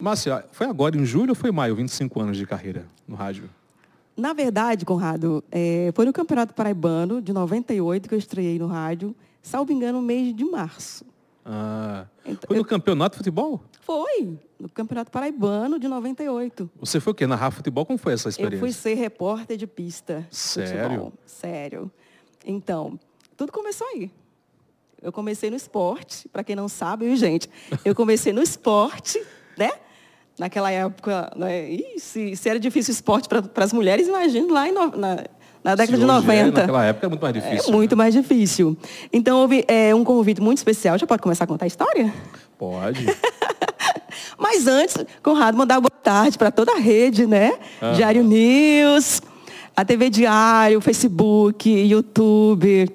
Márcia, foi agora em julho ou foi em maio, 25 anos de carreira no rádio? Na verdade, Conrado, é, foi no Campeonato Paraibano de 98 que eu estreiei no rádio, salvo engano, no mês de março. Ah, Então, foi no campeonato de futebol? Foi, no Campeonato Paraibano de 98. Você foi o quê? Narrar futebol? Como foi essa experiência? Eu fui ser repórter de pista. de Sério? futebol. Sério. Então, tudo começou aí. Eu comecei no esporte, para quem não sabe, viu, gente? Eu comecei no esporte, né? Naquela época, né? Ih, se, se era difícil esporte para as mulheres, imagina lá em no- na, na Se década de hoje é, 90. naquela época é muito mais difícil, É muito mais difícil. Então, houve é, um convite muito especial. Já pode começar a contar a história? Pode. Mas antes, Conrado, mandar boa tarde para toda a rede, né? Aham. Diário News, a TV Diário, Facebook, YouTube,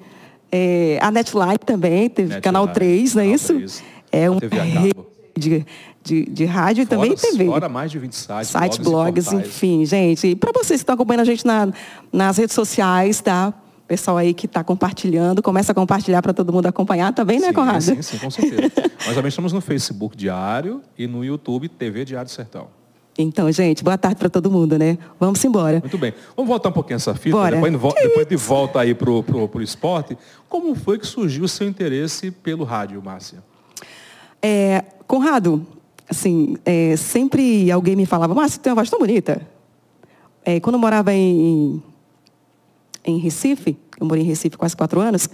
eh, a NetLive também, teve NetLive, canal 3, não é Canal isso? 3, É a uma TV a cabo. rede de, de, de rádio e também fora, TV. fora mais de 20 sites, Sites, blogs, blogs, e portais. enfim, gente. E para vocês que estão acompanhando a gente na- nas redes sociais, tá? Pessoal aí que está compartilhando, começa a compartilhar para todo mundo acompanhar também, né, sim, Conrado? Sim, sim, com certeza. Nós também estamos no Facebook Diário e no YouTube TV Diário Sertão. Então, gente, boa tarde para todo mundo, né? Vamos embora. Muito bem. Vamos voltar um pouquinho essa fita, Bora. depois, de vo- depois de volta aí pro, pro, pro esporte. Como foi que surgiu o seu interesse pelo rádio, Márcia? É, Conrado, assim, é, sempre alguém me falava, Márcia, tu tem uma voz tão bonita. É, quando eu morava em, em Recife, eu morei em Recife quase quatro anos,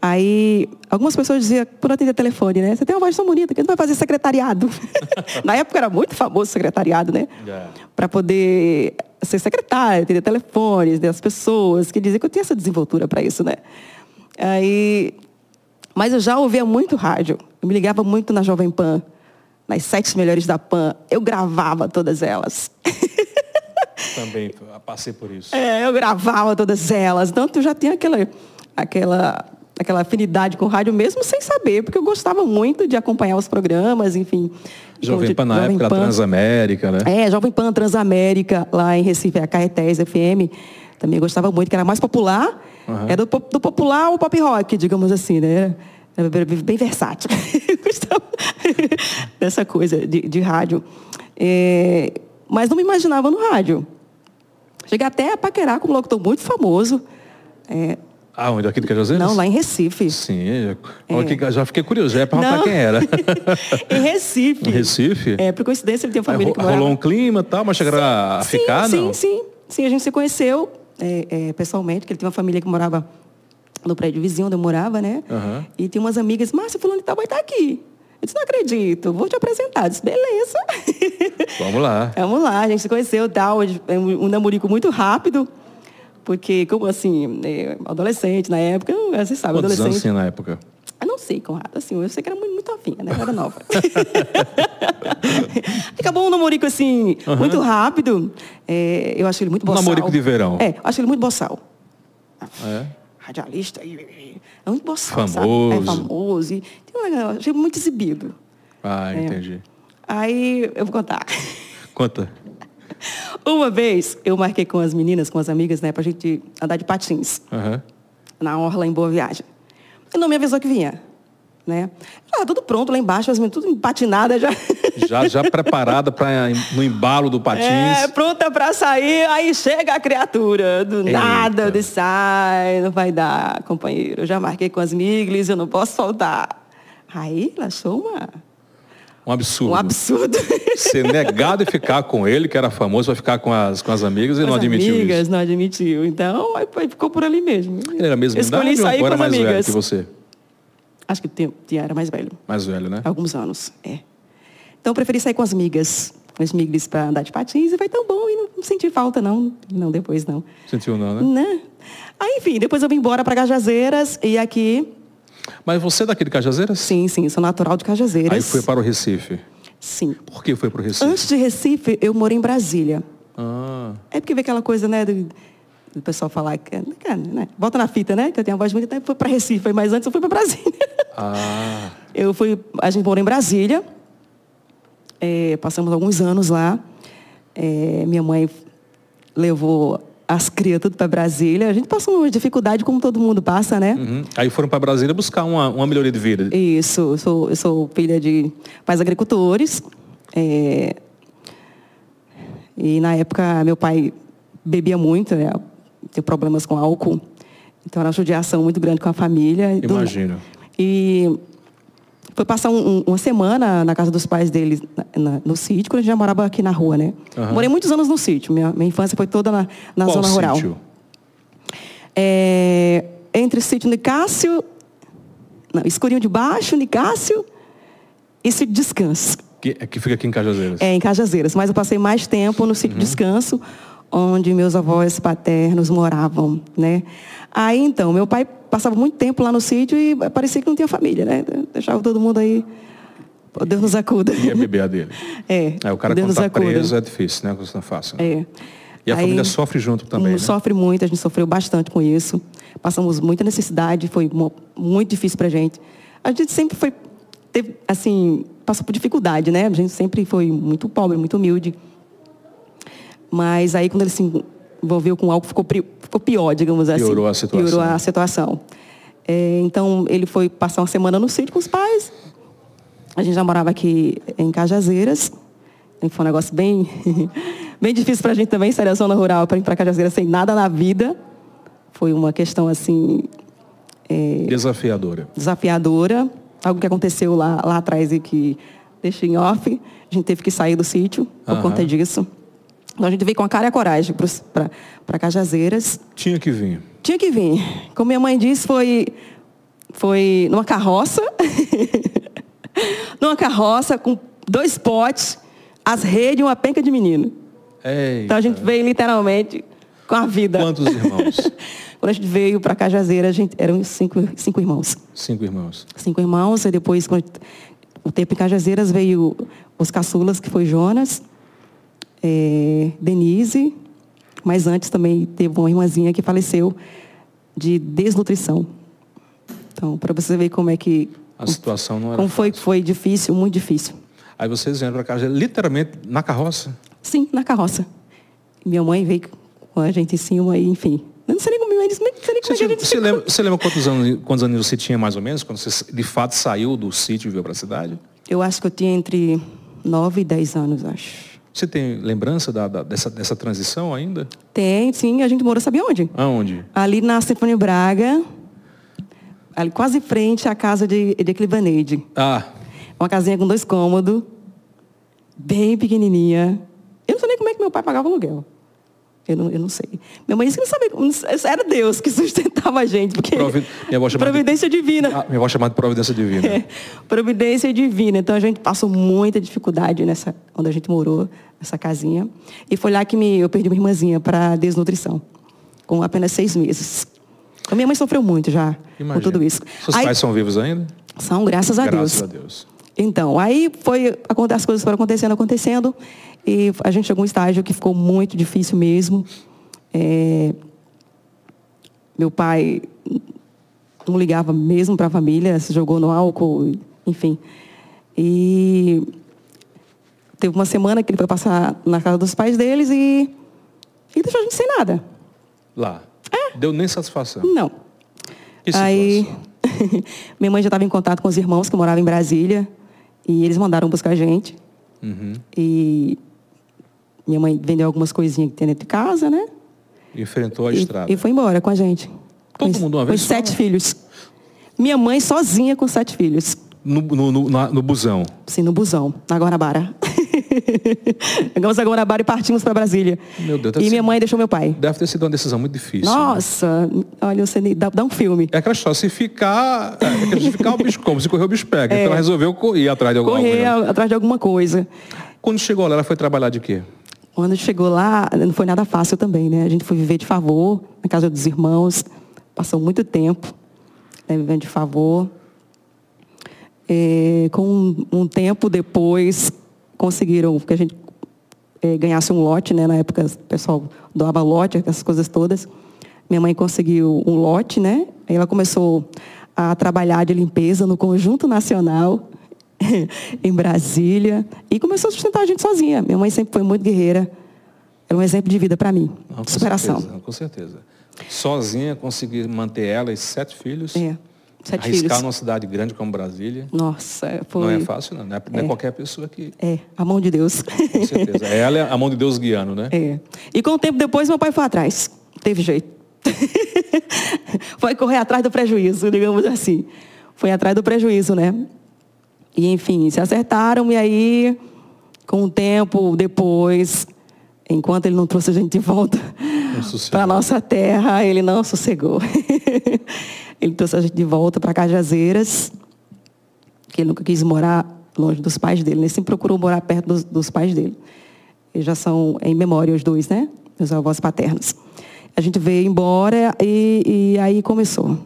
aí algumas pessoas diziam, por atender telefone, né? Você tem uma voz tão bonita, que tu vai fazer secretariado. Na época era muito famoso secretariado, né? É. Para poder ser secretária, atender telefones das pessoas, que diziam que eu tinha essa desenvoltura para isso, né? Aí mas eu já ouvia muito rádio. Eu me ligava muito na Jovem Pan, nas sete melhores da Pan. Eu gravava todas elas. Também passei por isso. É, eu gravava todas elas. Então, eu já tinha aquela, aquela, aquela afinidade com rádio mesmo sem saber, porque eu gostava muito de acompanhar os programas, enfim. Jovem Então, de- Pan na Jovem época da Pan. Transamérica, né? É, Jovem Pan Transamérica, lá em Recife, a Caetés FM. Também gostava muito, que era mais popular. Aham. É do, pop- do popular ao pop rock, digamos assim, né? Era bem- bem versátil. Gostava dessa coisa de, de rádio. É, mas não me imaginava no rádio. Cheguei até a paquerar com um locutor muito famoso. É, Ah, onde? Aqui do Cajazeiras? não, lá em Recife. É. Sim, eu- eu já fiquei curioso, já é para Não. quem era. em Recife. Em Recife? É, por coincidência, ele tem uma família Aí que ro- morava rolou um clima e tal, mas chegaram a sim, ficar, sim, não? Sim, sim. A gente se conheceu é, é, pessoalmente, que ele tinha uma família que morava no prédio vizinho onde eu morava, né? Aham. E tinha umas amigas, Márcia, fulano de tal vai estar aqui. Eu disse, não acredito, vou te apresentar. Eu disse, beleza. Vamos lá. Vamos lá, a gente se conheceu e tal. É um um namorico muito rápido, porque, como assim, é, adolescente na época, você sabe, Quantos anos adolescente. tinha na época? Eu não sei, Conrado. Assim, eu sei que era muito, muito novinha, né? Eu era nova. Acabou um namorico, assim, muito rápido. É, eu acho ele muito Um boçal. namorico de verão. É, eu acho ele muito boçal. É. Radialista. e- e- É muito boçal, sabe? Famoso. É famoso. E, tem um negócio- eu achei ele muito exibido. Ah, É. entendi. Aí, eu vou contar. Conta. Uma vez, eu marquei com as meninas, com as amigas, né? Pra gente andar de patins. Aham. na orla em Boa Viagem. Ele não me avisou que vinha, né? Ah, tudo pronto lá embaixo, as meninas tudo empatinada já. Já, já preparada para no embalo do patins. É, pronta pra sair, aí chega a criatura, do Eita. nada, eu disse, ai, não vai dar, companheiro, eu já marquei com as miglis, eu não posso faltar. Aí, ela achou uma, Um absurdo. um absurdo. Ser negado e ficar com ele, que era famoso, vai ficar com as, com as amigas e não As admitiu amigas isso. não admitiu, então aí, aí ficou por ali mesmo. Ele era mesmo Escolhi idade ou sair com era as mais velho amigas. que você? Acho que tinha- tinha- era mais velho. Mais velho, né? Alguns anos, é. Então eu preferi sair com as migas, com as miglis para andar de patins e foi tão bom e não não senti falta não, não depois não. Sentiu não, né? Né? Aí enfim, depois eu vim embora para Cajazeiras e aqui, Mas você é daquele Cajazeiras? sim, sim, sou natural de Cajazeiras. Aí foi para o Recife. Sim. Por que foi para o Recife? Antes de Recife, eu morei em Brasília. Ah, É porque vê aquela coisa, né, do, do pessoal falar que, né, volta na fita, né, que eu tenho a voz muito, foi para Recife, mas antes eu fui para Brasília. ah, Eu fui, a gente morou em Brasília, É, passamos alguns anos lá. É, minha mãe levou as crias tudo para Brasília. A gente passou uma dificuldade como todo mundo passa, né? uhum. Aí foram para Brasília buscar uma, uma melhoria de vida. Isso, eu sou, eu sou filha de pais agricultores. É, E na época, meu pai bebia muito, né? tinha problemas com álcool. Então era uma judiação muito grande com a família. Do- Imagino. E foi passar um- um- uma semana na casa dos pais dele, na- na- no sítio, quando a gente já morava aqui na rua, né? Aham. Morei muitos anos no sítio. Minha, minha infância foi toda na, na Qual zona rural. sítio? É, entre sítio Nicásio, não, Escurinho de Baixo, Nicásio e sítio Descanso, Que, é, que fica aqui em Cajazeiras. é, em Cajazeiras. Mas eu passei mais tempo no Uhum. sítio Descanso, onde meus avós paternos moravam, né? Aí, então, meu pai passava muito tempo lá no sítio e parecia que não tinha família, né? Deixava todo mundo aí... Pô, Deus nos acuda. E a bebê a dele. É, É, o cara Deus quando nos tá acuda. preso é difícil, né? Quando você não faça. É. E a Aí- família sofre junto também, Hum, né? Sofre muito, a gente sofreu bastante com isso. Passamos muita necessidade, foi mo- muito difícil para a gente. A gente sempre foi, teve, assim, passou por dificuldade, né? A gente sempre foi muito pobre, muito humilde. Mas aí, quando ele se envolveu com algo, ficou, pri- ficou pior, digamos assim. Piorou a situação. Piorou a situação. É, então, ele foi passar uma semana no sítio com os pais. A gente já morava aqui em Cajazeiras. Então, Foi um negócio bem, bem difícil para a gente também, sair da zona rural para ir para Cajazeiras sem nada na vida. Foi uma questão, assim, Desafiadora. desafiadora. Algo que aconteceu lá, lá atrás e que deixei em off. A gente teve que sair do sítio por Aham. conta disso. Então, a gente veio com a cara e a coragem para Cajazeiras. Tinha que vir. Tinha que vir. Como minha mãe disse, foi, foi numa carroça. numa carroça com dois potes, as redes e uma penca de menino. Ei, Então a gente veio literalmente com a vida. Quantos irmãos? Quando a gente veio para Cajazeira, a gente, eram cinco, cinco irmãos. Cinco irmãos. Cinco irmãos, e depois, com o tempo em Cajazeiras, veio os caçulas, que foi Jonas, eh, Denise, mas antes também teve uma irmãzinha que faleceu de desnutrição. Então, para você ver como é que. A situação não era. Como foi, foi difícil, muito difícil. Aí vocês vieram para casa literalmente na carroça. Sim, na carroça. Minha mãe veio com a gente em cima, e, enfim. Eu não sei nem como, eu não sei nem como Você, é que a tinha- gente você ficou. lembra, você lembra quantos, anos, quantos anos você tinha mais ou menos, quando você de fato saiu do sítio e veio para a cidade? Eu acho que eu tinha entre nove e dez anos, acho. Você tem lembrança da- da- dessa, dessa transição ainda? Tem, sim, a gente morou, sabia onde? Aonde? Ali na Stefani Braga, ali quase frente à casa de, de Clivaneide. Ah, Uma casinha com dois cômodos, bem pequenininha. Eu não sei nem como é que meu pai pagava aluguel. Eu não, eu não sei. Minha mãe disse que não sabia. como- Era Deus que sustentava a gente. Porque Provi- minha avó chamava de- providência divina. ah, minha avó chamada de Providência Divina. É, providência divina. Então a gente passou muita dificuldade nessa onde a gente morou, nessa casinha. E foi lá que me, eu perdi uma irmãzinha para desnutrição, com apenas seis meses. A minha mãe sofreu muito já Imagina. com tudo isso. Seus Aí- pais são vivos ainda? são graças a Graças Deus. a Deus. Então, aí foi, aconte- as coisas foram acontecendo, acontecendo, e a gente chegou a um estágio que ficou muito difícil mesmo. É, meu pai não ligava mesmo para a família, se jogou no álcool, enfim. E teve uma semana que ele foi passar na casa dos pais deles e, e deixou a gente sem nada. Lá. Deu nem satisfação. Não. Que É? Aí, situação? minha mãe já estava em contato com os irmãos que moravam em Brasília e eles mandaram buscar a gente. Uhum. E minha mãe vendeu algumas coisinhas que tem dentro de casa, né? Enfrentou a E- estrada. E, foi embora com a gente. Todo Com- mundo uma com vez só, sete né? filhos. Minha mãe sozinha com sete filhos. No, no, no, na- no busão. Sim, no busão, na Guanabara. Pegamos a Guanabara e partimos para Brasília. Meu Deus, deve E ser- minha mãe deixou meu pai. Deve ter sido uma decisão muito difícil. né? Nossa, olha, você nem- dá, dá um filme. É aquela história, se ficar, é aquela- se ficar o bicho como, se correr o bicho pega. Então ela resolveu co- ir atrás de alguma É. Correr coisa. a- atrás de alguma coisa. Quando chegou lá, ela foi trabalhar de quê? Quando chegou lá, não foi nada fácil também, né? A gente foi viver de favor na casa dos irmãos, passou muito tempo né, vivendo de favor. É, com um, um tempo depois, conseguiram que a gente é, ganhasse um lote, né? Na época, o pessoal doava lote, essas coisas todas. Minha mãe conseguiu um lote, né? Aí Ela começou a trabalhar de limpeza no Conjunto Nacional, em Brasília, e começou a sustentar a gente sozinha. Minha mãe sempre foi muito guerreira. Era um exemplo de vida para mim. Não, Ah, com superação. Certeza, com certeza. Sozinha, conseguir manter ela e sete filhos. É. Sete Arriscar filhos. numa cidade grande como Brasília Nossa, foi. não é fácil, não. Não é, não é qualquer pessoa que. É, a mão de Deus. Com certeza. Ela é a mão de Deus guiando, né? É. E com o tempo depois, meu pai foi atrás. Teve jeito. foi correr atrás do prejuízo, digamos assim. Foi atrás do prejuízo, né? E, enfim, se acertaram. E aí, com o tempo depois, enquanto ele não trouxe a gente de volta É. Não sossegou. para nossa terra, ele não sossegou. ele trouxe a gente de volta para Cajazeiras, que ele nunca quis morar longe dos pais dele, ele sempre procurou morar perto dos, dos pais dele. Eles já são em memória os dois, né? Meus avós paternos. A gente veio embora e, e aí começou.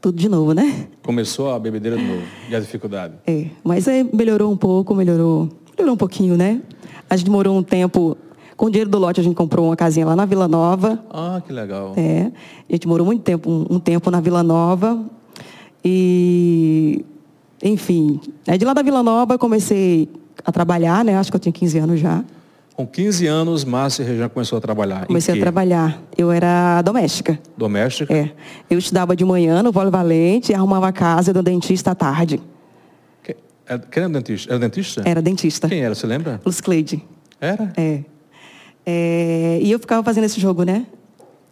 Tudo de novo, né? Começou a bebedeira de novo. E a dificuldade. É, mas aí melhorou um pouco, melhorou, melhorou um pouquinho, né? A gente morou um tempo, com o dinheiro do lote a gente comprou uma casinha lá na Vila Nova, Ah, que legal. é, a gente morou muito tempo, um, um tempo na Vila Nova e, enfim, aí de lá da Vila Nova eu comecei a trabalhar, né? Acho que eu tinha 15 anos já. Com 15 anos, Márcia Rejan começou a trabalhar. Em Comecei a quê? trabalhar. Eu era doméstica. Doméstica? É. Eu estudava de manhã no Vole Valente, arrumava a casa do dentista à tarde. Que- é- Quem era dentista? Era dentista? Era dentista. Quem era, você lembra? Luz Cleide. Era? É. É, E eu ficava fazendo esse jogo, né?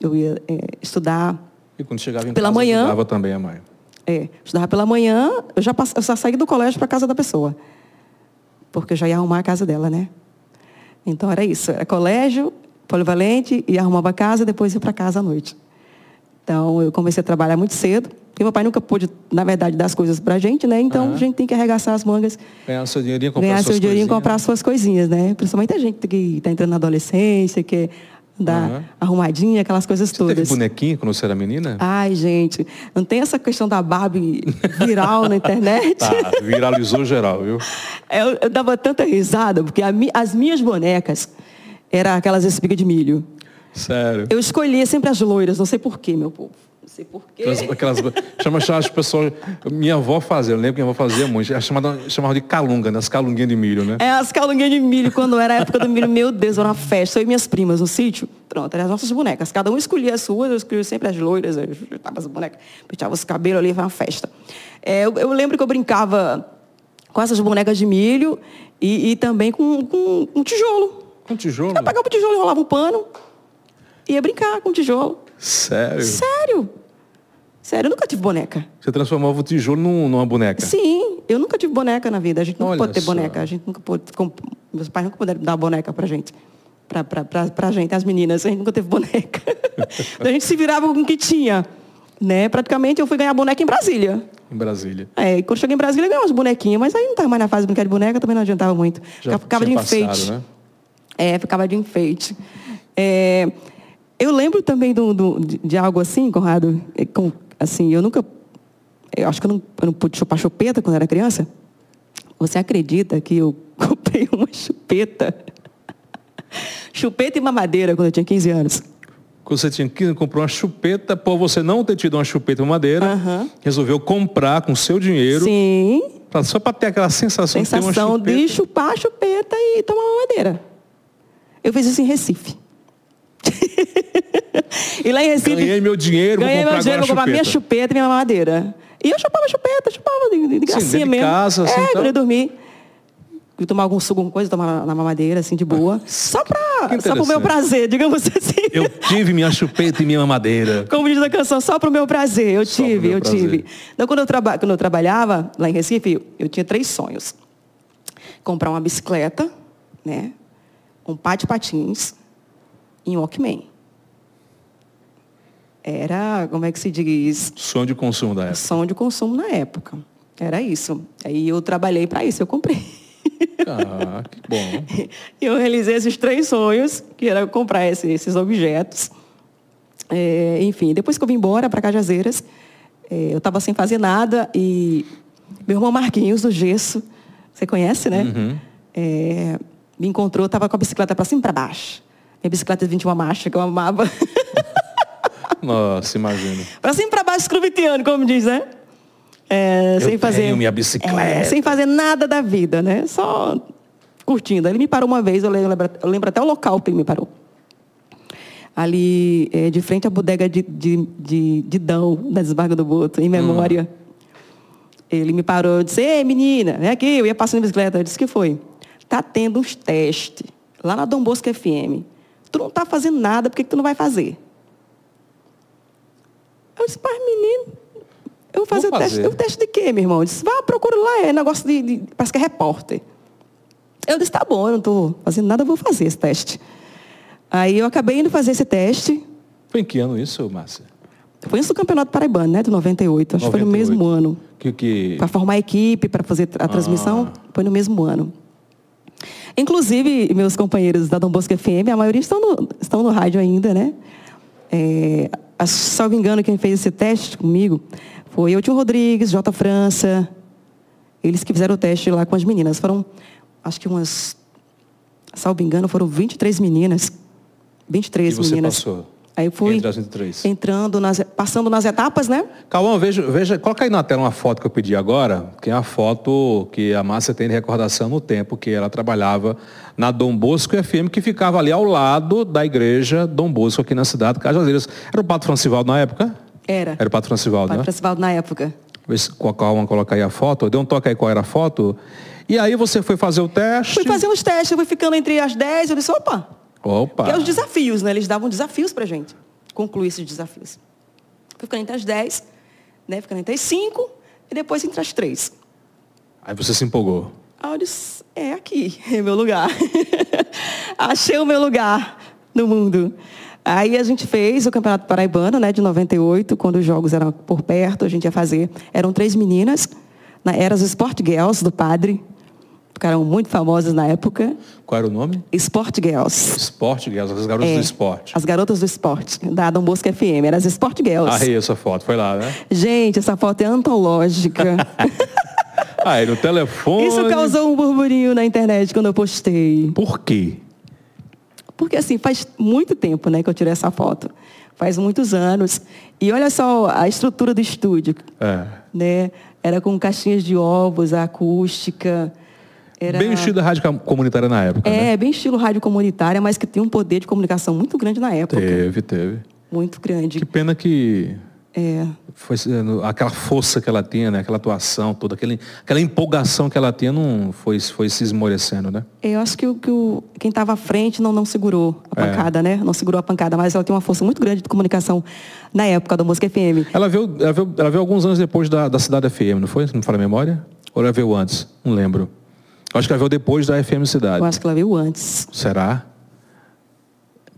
Eu ia é, estudar E quando chegava em Pela casa, manhã- ajudava também a mãe. É, estudava pela manhã, eu já, pass... eu já saí do colégio para casa da pessoa. Porque eu já ia arrumar a casa dela, né? Então era isso, era colégio, polivalente, e arrumava a casa, depois ia para casa à noite. Então eu comecei a trabalhar muito cedo, porque meu pai nunca pôde, na verdade, dar as coisas para a gente, né? Então a gente tem que arregaçar as mangas, Ganhar seu dinheirinho, comprar ganhar suas seu dinheirinho e coisinhas. comprar suas coisinhas, né? Principalmente a gente que está entrando na adolescência, que dá Aham. arrumadinha, aquelas coisas Você teve todas. Ah, bonequinho quando você era menina? Ai, gente, não tem essa questão da Barbie viral na internet? É, Tá, viralizou geral, viu? Eu, eu dava tanta risada, porque a mi- as minhas bonecas eram aquelas espigas de milho. Sério. Eu escolhia sempre as loiras, não sei porquê, meu povo. Não sei porquê. Aquelas, aquelas, chama, chama as pessoas. Minha avó fazia, eu lembro que minha avó fazia muito. Ela chamava, chamava de calunga, né? As calunguinhas de milho, né? É, as calunguinhas de milho, quando era a época do milho, meu Deus, era uma festa. Eu e minhas primas no sítio, pronto, eram as nossas bonecas. Cada um escolhia as suas, eu escolhia sempre as loiras, eu juntava as bonecas, penteava os cabelos ali, foi uma festa. É, eu, eu lembro que eu brincava com essas bonecas de milho e, e também com, com um tijolo. Com tijolo? Eu pegava o tijolo, enrolava um pano, ia brincar com o tijolo. Sério? Sério? Sério, eu nunca tive boneca. Você transformava o tijolo num- numa boneca. Sim, eu nunca tive boneca na vida. A gente nunca Olha pôde ter só. boneca. A gente nunca pôde. com- Meus pais nunca puderam dar boneca pra gente. Pra, pra, pra, pra gente, as meninas. A gente nunca teve boneca. Então, a gente se virava com o que tinha. Né? Praticamente eu fui ganhar boneca em Brasília. Em Brasília. É, e quando cheguei em Brasília, eu ganhei umas bonequinhas, mas aí não estava mais na fase de brincar de boneca, também não adiantava muito. Já ficava ficava de tinha enfeite. passado, né? É, ficava de enfeite. É, eu lembro também do- do- de, de algo assim, Conrado, é, com- assim, eu nunca. Eu acho que eu não, eu não pude chupar chupeta quando era criança. Você acredita que eu comprei uma chupeta? Chupeta e mamadeira quando eu tinha 15 anos. Quando você tinha 15, comprou uma chupeta, por você não ter tido uma chupeta madeira, Aham. resolveu comprar com seu dinheiro, Sim. pra- só para ter aquela sensação, de ter uma sensação chupeta. de chupar a chupeta e tomar uma madeira. Eu fiz isso em Recife. e lá em Recife. Ganhei meu dinheiro, vou ganhei comprar meu dinheiro, agora vou comprar chupeta. minha chupeta e minha mamadeira. E eu chupava chupeta, chupava de, de gracinha dentro de mesmo. casa, assim, é, então? quando eu dormir. Eu tomar algum suco, alguma coisa, tomar na mamadeira, assim, de boa. Só para Ah, que só pro meu interessante. prazer, digamos assim. Eu tive minha chupeta e minha madeira. Como diz a canção, só pro meu prazer. Eu Só pro tive, meu eu prazer. tive. Então, quando eu, traba- quando eu trabalhava lá em Recife, eu tinha três sonhos. Comprar uma bicicleta, né? Um par de patins e um Walkman. Era, como é que se diz? Sonho de consumo da época. Ação de consumo na época. Era isso. Aí eu trabalhei para isso, eu comprei. Ah, que bom. E eu realizei esses três sonhos, que era comprar esse- esses objetos. É, enfim, depois que eu vim embora para Cajazeiras, é, eu estava sem fazer nada e meu irmão Marquinhos do Gesso, você conhece, né? É, me encontrou, estava com a bicicleta para cima e para baixo. Minha bicicleta de 21 marcha, que eu amava. Nossa, imagina. para cima e para baixo, escruviteando, como diz, né? É, Eu sem fazer tenho minha bicicleta. É, sem fazer nada da vida, né? Só curtindo. Ele me parou uma vez, eu lembro, eu lembro até o local que ele me parou. ali é, de frente à bodega de, de, de, de Dão, da Desbarga do Boto, em memória. Ele me parou e disse, ei, menina, vem aqui, eu ia passando de bicicleta. Eu disse, que foi? Tá tendo uns testes lá na Dom Bosco FM. Tu não tá fazendo nada, por que, que tu não vai fazer? Eu disse, mas menino, eu vou fazer, Vou o teste. fazer. O teste de quê, meu irmão? Eu disse, vá, procura lá, é negócio de, de- Parece que é repórter. Eu disse, tá bom, eu não tô fazendo nada, eu vou fazer esse teste. Aí eu acabei indo fazer esse teste. Foi em que ano isso, Márcia? Foi isso do Campeonato Paraibano, né? Do 98. Acho que foi no 98. mesmo ano. Tá, Que, que... Para formar a equipe, para fazer a transmissão, Ah. foi no mesmo ano. Inclusive, meus companheiros da Dom Bosco FM, a maioria estão no, estão no rádio ainda, né? É, a- se eu não me engano, quem fez esse teste comigo foi Eutinho Rodrigues, Jota França. Eles que fizeram o teste lá com as meninas. Foram, acho que umas, salvo engano, foram 23 meninas. 23 E você meninas. passou? Aí eu fui Entre as 23? entrando, nas, passando nas etapas, né? Calma, veja, veja, coloca aí na tela uma foto que eu pedi agora, que é uma foto que a Márcia tem de recordação no tempo que ela trabalhava na Dom Bosco FM, que ficava ali ao lado da igreja Dom Bosco, aqui na cidade de Cajazeiras. Era o Pato Francivaldo na época? Era. Era o Pato Francivaldo, Para né? o festival na época. Vê se com a calma coloca aí a foto. Deu um toque aí qual era a foto. E aí você foi fazer o teste. Fui fazer uns testes, eu fui ficando entre as 10, eu disse, opa, Opa! que é os desafios, né? Eles davam desafios pra gente, concluir esses desafios. Fui ficando entre as 10, né? Ficando entre as 5 e depois entre as 3. Aí você se empolgou. Aí eu disse, é aqui, é meu lugar. Achei o meu lugar no mundo. Aí a gente fez o Campeonato Paraibano, né, de 98, quando os jogos eram por perto, a gente ia fazer. Eram três meninas, na, eram as Sport Girls do padre, ficaram muito famosas na época. Qual era o nome? Sport Girls. Esporte, Guedes, as garotas É, do esporte. As garotas do esporte, da Dom Bosco FM, eram as Sport Girls. Arrei essa foto, foi lá, né? Gente, essa foto é antológica. Aí no telefone. Isso causou um burburinho na internet quando eu postei. Por quê? Porque assim, faz muito tempo né, que eu tirei essa foto. Faz muitos anos. E olha só a estrutura do estúdio. É. Né? Era com caixinhas de ovos, a acústica. Era... Bem o estilo da rádio comunitária na época, né? É, bem estilo rádio comunitária, mas que tem um poder de comunicação muito grande na época. Teve, teve. Muito grande. Que pena que É. foi sendo- aquela força que ela tinha, né? Aquela atuação toda, aquele, aquela empolgação que ela tinha não foi, foi se esmorecendo, né? Eu acho que, o, que o, quem estava à frente não, não segurou a É. pancada, né? Não segurou a pancada, mas ela tem uma força muito grande de comunicação na época da Música FM. Ela veio, ela veio, ela veio alguns anos depois da, da Cidade FM, não foi? Se Não me fala a memória? Ou ela veio antes? Não lembro. Acho que ela veio depois da FM Cidade. Eu acho que ela veio antes. Será?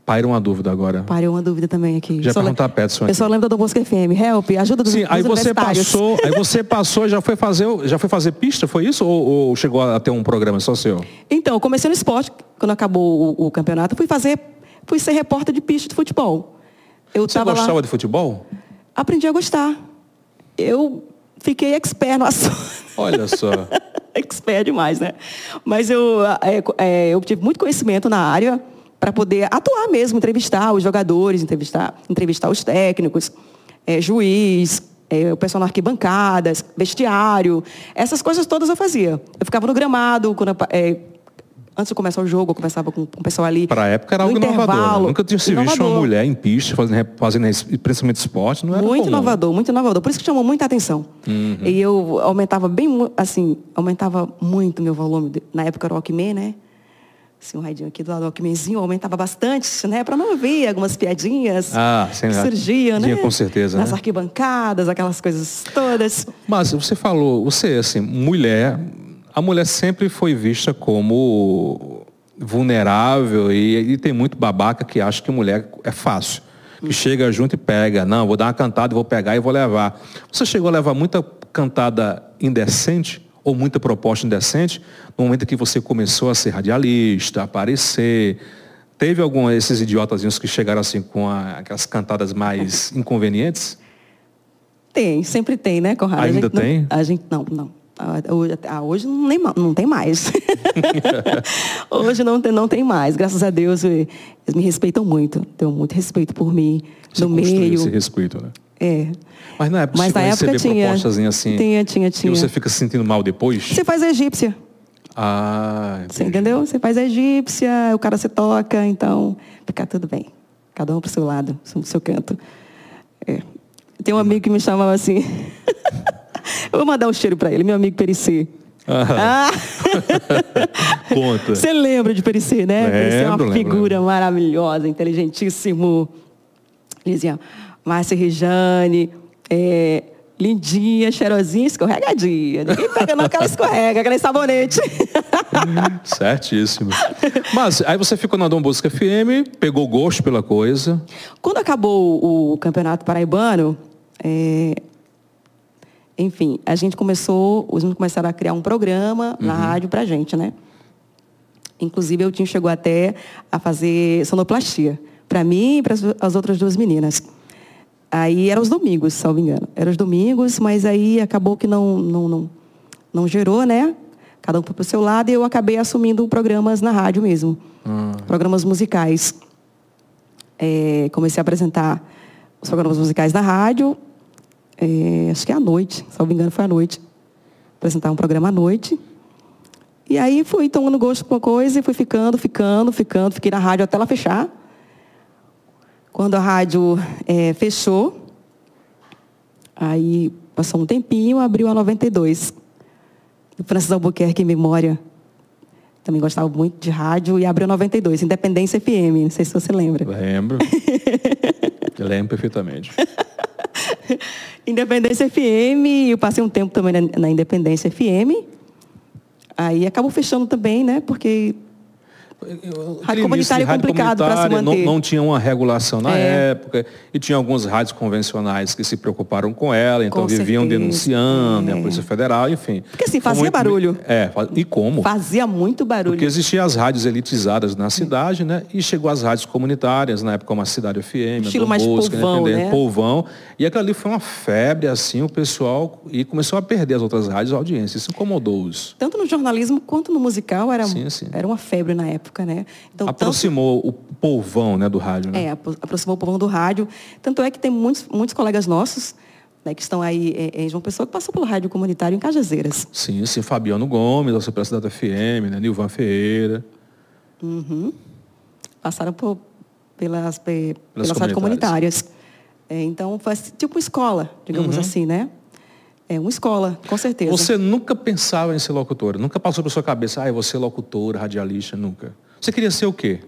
Paira uma dúvida agora. Parei uma dúvida também aqui. Já Só le- perguntar a Petson Eu aqui. só lembro da Música FM. Help, ajuda dos, Sim, aí dos você universitários. passou, aí você passou e já foi fazer, o- já foi fazer pista, foi isso? Ou, ou chegou a ter um programa só seu? Então, eu comecei no esporte, quando acabou o, o campeonato, eu fui fazer, fui ser repórter de pista de futebol. Eu Você tava gostava lá, de futebol? aprendi a gostar. Eu fiquei expert no assunto. Olha só. expert demais, né? Mas eu, é, é, eu tive muito conhecimento na área para poder atuar mesmo, entrevistar os jogadores, entrevistar, entrevistar os técnicos, é, juiz, é, o pessoal na arquibancada, vestiário, essas coisas todas eu fazia. Eu ficava no gramado, quando eu pa- é, antes de começar o jogo, eu conversava com, com o pessoal ali. Para a época era no algo inovador. intervalo. né? Nunca tinha se visto uma Inovador. mulher em pista fazendo, rep- fazendo esse- principalmente esporte, não era Muito comum. Uhum. inovador, muito inovador. Por isso que chamou muita atenção. E eu aumentava bem, mu- assim, aumentava muito meu volume. de- Na época era o Walkman, né? Assim, um radinho aqui do lado do Walkmanzinho, eu aumentava bastante, né? Para não ouvir algumas piadinhas Ah, sim, que já- surgiam, né? tinha com certeza, Nas né? arquibancadas, aquelas coisas todas. Mas você falou, você assim, mulher, a mulher sempre foi vista como vulnerável e, e tem muito babaca que acha que mulher é fácil. Que Hum. chega junto e pega. Não, vou dar uma cantada, vou pegar e vou levar. Você chegou a levar muita cantada indecente ou muita proposta indecente no momento em que você começou a ser radialista, a aparecer? Teve algum desses idiotazinhos que chegaram assim com a- aquelas cantadas mais inconvenientes? Tem, sempre tem, né, Conrado? Ainda a gente não- tem? a gente não, não. Ah, Hoje, ah, hoje não, nem ma- não tem mais. hoje não tem, não tem mais. Graças a Deus, eh, eles me respeitam muito. Tenho muito respeito por mim, Você no construiu esse meio. respeito, né? É. Mas na época Mas você na época receber tinha. propostas assim. Tinha, tinha, tinha. E você fica se sentindo mal depois? Você faz a egípcia, Ah, você entendi. entendeu? Você faz a egípcia, o cara se toca, então fica tudo bem. Cada um para o seu lado, pro seu canto. É. Tem um amigo que me chamava assim. Eu vou mandar um cheiro para ele, meu amigo Pericê. Ah. Conta. Você lembra de Pericê, né? Lembro, Pericê é uma lembro, figura lembro. maravilhosa, inteligentíssimo. Ele dizia, Márcia e Rejane, é, lindinha, cheirosinha, escorregadinha. Ninguém pega não que ela escorrega, aquela sabonete. Certíssimo. Mas aí você ficou na Dom Bosco FM, pegou gosto pela coisa. Quando acabou o Campeonato Paraibano, é, enfim, a gente começou, os meninos começaram a criar um programa na rádio pra gente, né? Inclusive, eu tinha chegou até a fazer sonoplastia. Pra mim e para as outras duas meninas. Aí eram os domingos, se não me engano. Eram os domingos, mas aí acabou que não, não, não, não gerou, né? Cada um foi pro seu lado e eu acabei assumindo programas na rádio mesmo. Programas musicais. É, comecei a apresentar os programas musicais na rádio. é, acho que à noite, se não me engano, foi à noite. Apresentar um programa à noite. E aí fui tomando gosto com uma coisa e fui ficando, ficando, ficando. Fiquei na rádio até ela fechar. Quando a rádio é, fechou, aí passou um tempinho, abriu a 92. O Francis Albuquerque em memória. Também gostava muito de rádio e abriu a 92, Independência FM, não sei se você lembra. Lembro. Lembro perfeitamente. Independência FM, eu passei um tempo também na, na Independência FM. Aí acabou fechando também, né? Porque Aquele início de comunitária é complicado pra se comunitária, manter. Não, não tinha uma regulação na É. época. E tinha alguns rádios convencionais que se preocuparam com ela, então Com viviam certeza. denunciando né, a É. Polícia Federal, enfim. Porque, assim, Foi fazia muito- barulho. É, fa- e como? fazia muito barulho. Porque existiam as rádios elitizadas na cidade, né? E chegou as rádios comunitárias, na época como a Cidade FM, a Estilo Dom mais Bosco, povão, Independente, né? Polvão. E aquilo ali foi uma febre, assim, o pessoal... E começou a perder as outras rádios, a audiência. Isso incomodou-os. Tanto no jornalismo quanto no musical era, Sim, sim. era uma febre na época, né? Então, tanto Aproximou o polvão, né, do rádio, né? É, apro- aproximou o povão do rádio. Tanto é que tem muitos, muitos colegas nossos né, que estão aí é, em João Pessoa que passou pelo rádio comunitário em Cajazeiras. Sim, sim, Fabiano Gomes, da Super Cidade FM, né? Nilvan Ferreira. Passaram por- pelas, pe- Pelas pelas, comunitárias. rádios comunitárias. É, então, foi assim, tipo escola, digamos assim, né? É uma escola, com certeza. Uhum. Você nunca pensava em ser locutora? Nunca passou pela sua cabeça, ah, eu vou ser locutora, radialista, nunca. Você queria ser o quê?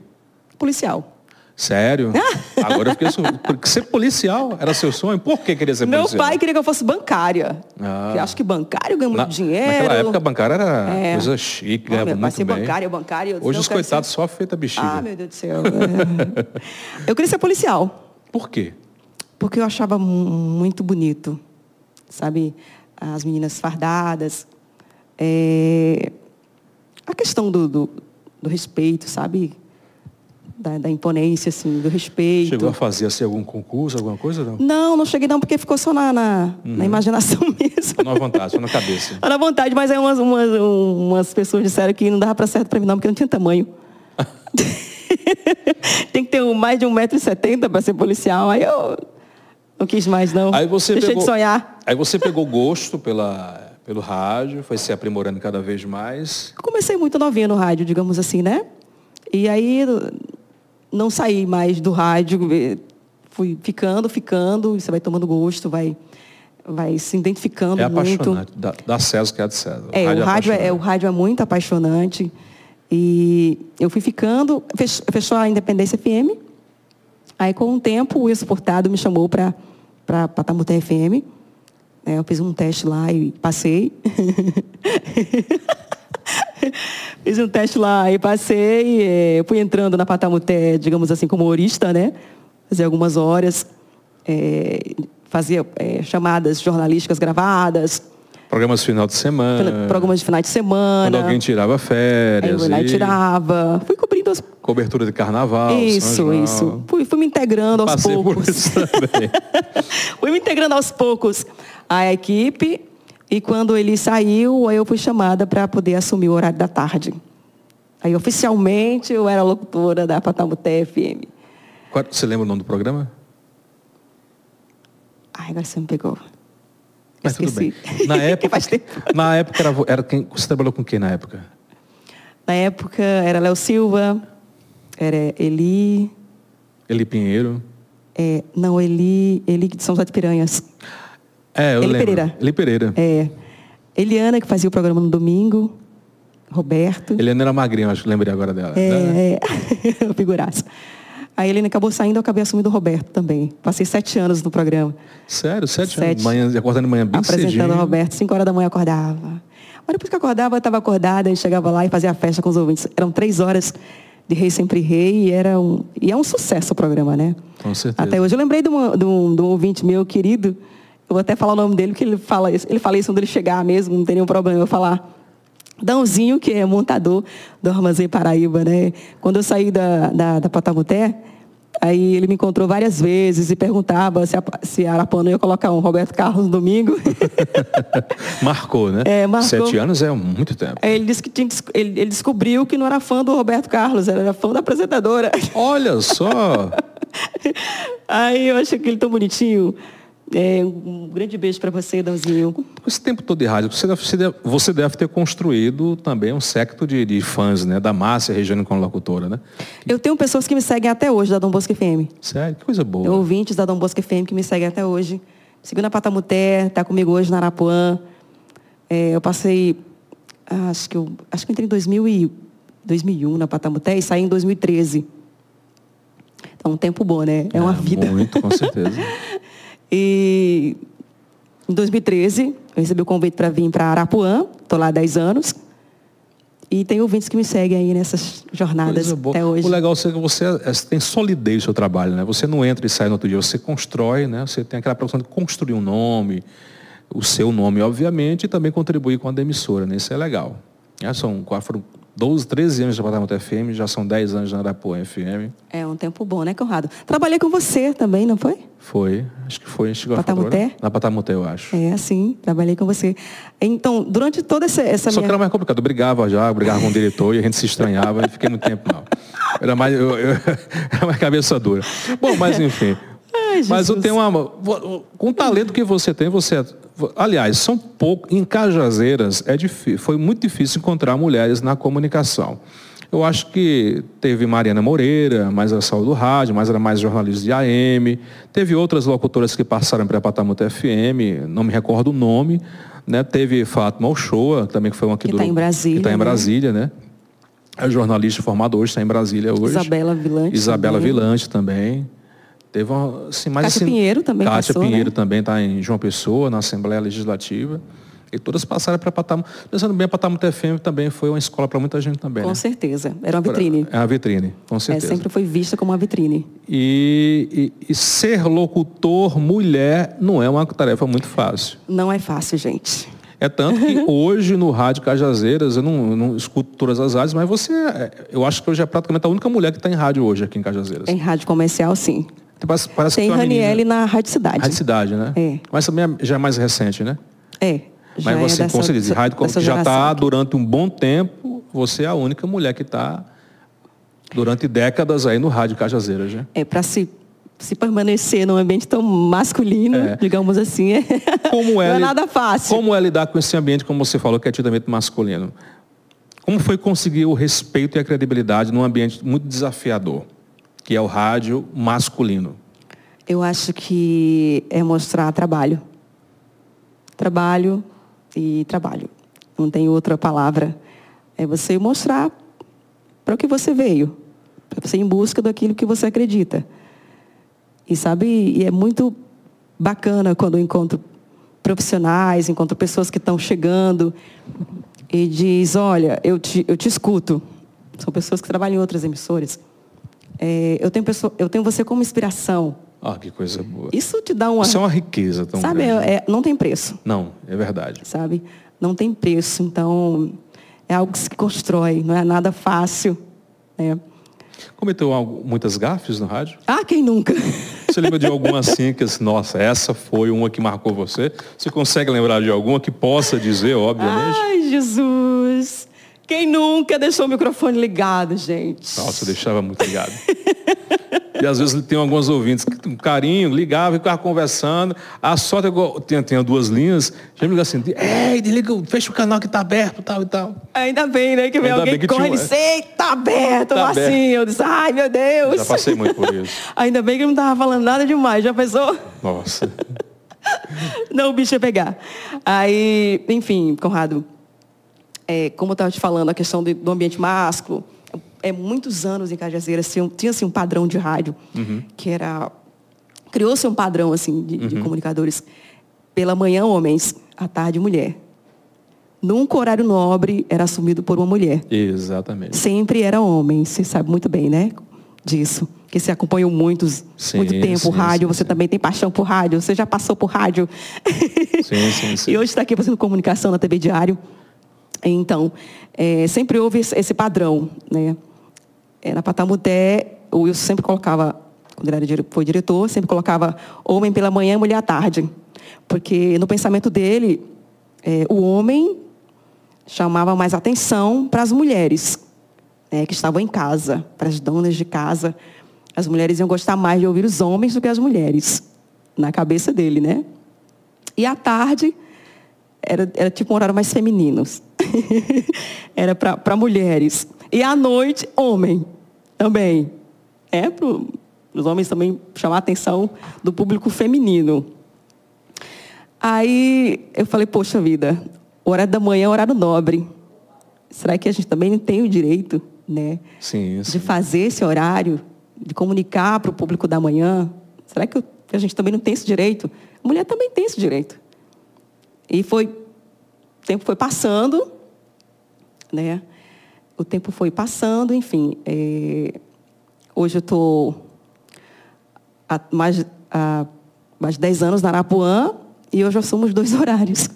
Policial. Sério? Agora eu fiquei surpreso. Porque ser policial era seu sonho? Por que queria ser Meu É policial? pai queria que eu fosse bancária. Ah. Eu acho que bancário ganha muito Na- dinheiro. Naquela época, bancária era É. coisa chique, Ah, ganhava meu pai muito ser bem. bancário, bancário. eu disse, Hoje não, os eu quero coitados só feita ser- bexiga. Ah, meu Deus do céu. É. eu queria ser policial. Por quê? porque eu achava mu- muito bonito, sabe? As meninas fardadas, é, a questão do, do, do respeito, sabe? Da, da imponência, assim, do respeito. Chegou a fazer assim, algum concurso, alguma coisa? Não, Não, não cheguei não, porque ficou só na, na, Uhum. na imaginação mesmo. não à vontade, só na cabeça. Era Tá vontade, mas aí umas, umas, umas pessoas disseram que não dava pra certo pra mim não, porque não tinha tamanho. Tem que ter um- mais de 1,70m para ser policial. Aí eu não quis mais, não. Aí você Deixei pegou, de sonhar. Aí você pegou gosto pela, pelo rádio, foi se aprimorando cada vez mais. Comecei muito novinha no rádio, digamos assim, né? E aí não saí mais do rádio, eh, fui ficando, ficando, e você vai tomando gosto, vai, vai se identificando É muito. apaixonante. Dá, dá César o que é de César. É, o rádio é, é, o apaixonante. rádio é muito apaixonante. E eu fui ficando, fech- fechou a Independência FM. Aí, com um tempo, o Wilson Portado me chamou para Patamuté FM. né, eu fiz um teste lá e passei. fiz um teste lá e passei. eh, eu fui entrando na Patamuté, digamos assim, como humorista, né? Fazia algumas horas. eh, fazia eh, chamadas jornalísticas gravadas Programas de final de semana. programas de finais de semana. É. Quando alguém tirava aí eu férias. fui lá e e Ah, tirava. Fui cobrindo as. Cobertura de carnaval. São isso, João. isso. Fui, fui me integrando aos Passei por poucos. isso também. fui me integrando aos poucos à equipe. E quando ele saiu, aí eu fui chamada para poder assumir o horário da tarde. Aí oficialmente eu era locutora da Patamuté FM. Qual- Você lembra o nome do programa? Ai, agora você me pegou. Mas Esqueci. tudo bem. Na época, Faz tempo. na época era, vo- era quem, você trabalhou com quem na época? Na época era Léo Silva, era Eli, Eli Pinheiro. É, não, Eli, Eli de São José de Piranhas. É, eu Eli lembro. Pereira. Eli Pereira. É, Eliana, que fazia o programa no domingo. Roberto. Eliana era magrinha, acho que lembrei agora dela. Né? É, é. figuraça. A Helena acabou saindo, eu acabei assumindo o Roberto também. Passei sete anos no programa. Sério, sete, Sete. anos. Manhã, acordando de manhã bem apresentando o cedinho. Roberto, cinco horas da manhã eu acordava. Mas depois que eu acordava, eu estava acordada, a gente chegava lá e fazia a festa com os ouvintes. Eram três horas de Rei Sempre Rei e, era um, e é um sucesso o programa, né? Com certeza. Até hoje. Eu lembrei de um, de um- de um ouvinte meu querido, eu vou até falar o nome dele, porque ele fala isso, ele fala isso quando ele chegar mesmo, não tem nenhum problema eu falar. Dãozinho, que é montador do Armazém Paraíba, né? Quando eu saí da, da, da Patagoté, aí ele me encontrou várias vezes e perguntava se a, se a Arapuã não ia colocar um Roberto Carlos no domingo. Marcou, né? É, marcou. Sete anos é muito tempo. Aí ele disse que tinha, des- ele, ele descobriu que não era fã do Roberto Carlos, era fã da apresentadora. Olha só! Aí eu achei ele tão bonitinho. É, um grande beijo para você, Dãozinho. Com esse tempo todo de rádio, você deve, você deve- você deve ter construído também um secto de, de fãs, né? Da Márcia Regiane como locutora, né? Eu tenho pessoas que me seguem até hoje da Dom Bosco FM. Sério, que coisa boa. Ouvintes da Dom Bosco FM que me seguem até hoje. Segunda Patamuté, está comigo hoje na Arapuã. É, eu passei, acho que eu, acho que eu entrei em 2000 e- 2001 na Patamuté e saí em 2013. Então, um tempo bom, né? É uma vida. Muito, com certeza. E em 2013, eu recebi o convite para vir para Arapuã, estou lá há 10 anos. E tem ouvintes que me seguem aí nessas jornadas Coisa boa. até hoje. O legal é que você é- tem solidez no seu trabalho, né? Você não entra e sai no outro dia, você constrói, né? Você tem aquela preocupação de construir um nome, o seu nome, obviamente, e também contribuir com a da emissora, né? Isso é legal. Né? São, quase- foram 12, 13 anos de Apartamento FM, já são 10 anos na Arapuã FM. É um tempo bom, né, Conrado? Trabalhei com você também, não foi? Foi, acho que foi. Chegou a Patamuté? fatura, né? Na Patamuté, eu acho. É, sim, trabalhei com você. Então, durante toda essa, essa Só que minha... era mais complicado. Eu brigava já, eu brigava com o diretor e a gente se estranhava. Eu fiquei muito tempo, não. Era mais, eu, eu- era mais cabeça dura. Bom, mas enfim. Ai, mas eu Jesus. tenho uma... vo- Com o talento que você tem, você... é- Aliás, são poucos... Em Cajazeiras, é difí- foi muito difícil encontrar mulheres na comunicação. Eu acho que teve Mariana Moreira, mas era só do rádio, mas era mais jornalista de AM. Teve outras locutoras que passaram para a Patamuta FM, não me recordo o nome. Né? Teve Fátima Ochoa, também que foi uma que Que durou- tá em Brasília, Que está em né? Brasília, né? É jornalista formado hoje, está em Brasília hoje. Isabela Vilante Isabela também. Vilante também. Teve uma, assim, mais Cátia assim, Pinheiro também Cátia passou, Pinheiro né? também está em João Pessoa, na Assembleia Legislativa. E todas passaram para Patamu. Pensando bem, a Patamu TFM também foi uma escola para muita gente também. Com né? certeza, era uma vitrine. É a vitrine, com É, certeza. sempre foi vista como uma vitrine. E, e- e ser locutor mulher não é uma tarefa muito fácil. Não é fácil, gente. É tanto que hoje no Rádio Cajazeiras, eu não, eu não escuto todas as rádios, mas você, é- eu acho que hoje é praticamente a única mulher que está em rádio hoje aqui em Cajazeiras. Em rádio comercial, sim. Parece, parece Tem que uma menina- Raniele na Rádio Cidade. Rádio Cidade, né? É. Mas também é- já é mais recente, né? É. já Mas é você, dessa- como você diz, rádio dessa que já está geração. durante um bom tempo, você é a única mulher que está durante décadas aí no Rádio Cajazeiras, né? É, para se, se permanecer num ambiente tão masculino, É. digamos assim, é... Como é, não é li- nada fácil. Como é lidar com esse ambiente, como você falou, que é tipicamente masculino? Como foi conseguir o respeito e a credibilidade num ambiente muito desafiador, que é o rádio masculino? Eu acho que é mostrar trabalho. Trabalho e trabalho. Não tem outra palavra. É você mostrar para o que você veio. Para você ir em busca daquilo que você acredita. E sabe, e é muito bacana quando eu encontro profissionais, encontro pessoas que estão chegando e diz, olha, eu te, eu te escuto. São pessoas que trabalham em outras emissoras. É, eu, tenho pessoa, eu tenho você como inspiração. Ah, que coisa boa. Isso te dá uma. Isso é uma riqueza tão sabe, grande. é- não tem preço, Não, é verdade. sabe? Não tem preço. Então, é algo que se constrói, não é nada fácil. né? Cometeu algo- muitas gafes no rádio? Ah, quem nunca? Você lembra de alguma assim que, assim, nossa, essa foi uma que marcou você? Você consegue lembrar de alguma que possa dizer, obviamente? Ai, Jesus! Quem nunca deixou o microfone ligado, gente? Nossa, eu deixava muito ligado. E às vezes tem algumas ouvintes que um carinho, ligava e ficava conversando. A sorte, é eu tinha, tinha duas linhas, já me ligava assim, ei, desliga, fecha o canal que tá aberto, tal e tal. Ainda bem, né? Que vem Ainda alguém bem que que corre e tinha um- disse, eita, aberto, Tá assim. aberto. Eu disse, ai, meu Deus. Já passei muito por isso. Ainda bem que eu não tava falando nada demais, já pensou? Nossa. Não, o bicho ia pegar. Aí, enfim, Conrado, é, como eu estava te falando, a questão de- do ambiente másculo, é muitos anos em Cajazeiras tinha- tinha-se um padrão de rádio, que era... Criou-se um padrão, assim, de, de comunicadores. Pela manhã, homens, à tarde, mulher. Nunca o horário nobre era assumido por uma mulher. Exatamente. Sempre era homem, você sabe muito bem, né? Disso. Que você acompanhou muitos, Sim, muito tempo o sim, rádio, sim, você sim. também tem paixão por rádio, você já passou por rádio. Sim, sim, sim. E hoje está aqui fazendo comunicação na TV Diário. Então, é, sempre houve esse esse padrão. Né? É, na Patamuté, o Wilson sempre colocava, quando ele era dire- foi diretor, sempre colocava homem pela manhã e mulher à tarde. Porque no pensamento dele, é, o homem chamava mais atenção para as mulheres né, que estavam em casa, para as donas de casa. As mulheres iam gostar mais de ouvir os homens do que as mulheres, na cabeça dele, né? E à tarde era, era tipo um horário mais feminino. era para mulheres. E à noite, homem também. É para os homens também chamar a atenção do público feminino. Aí eu falei, poxa vida, o horário da manhã é horário nobre. Será que a gente também não tem o direito, né? Sim, sim. de fazer esse horário, de comunicar para o público da manhã? Será que eu- que a gente também não tem esse direito? A mulher também tem esse direito. E foi, o tempo foi passando, né? O tempo foi passando, enfim. eh, hoje eu estou há mais, há mais de 10 anos na Arapuã e hoje eu assumo os dois horários.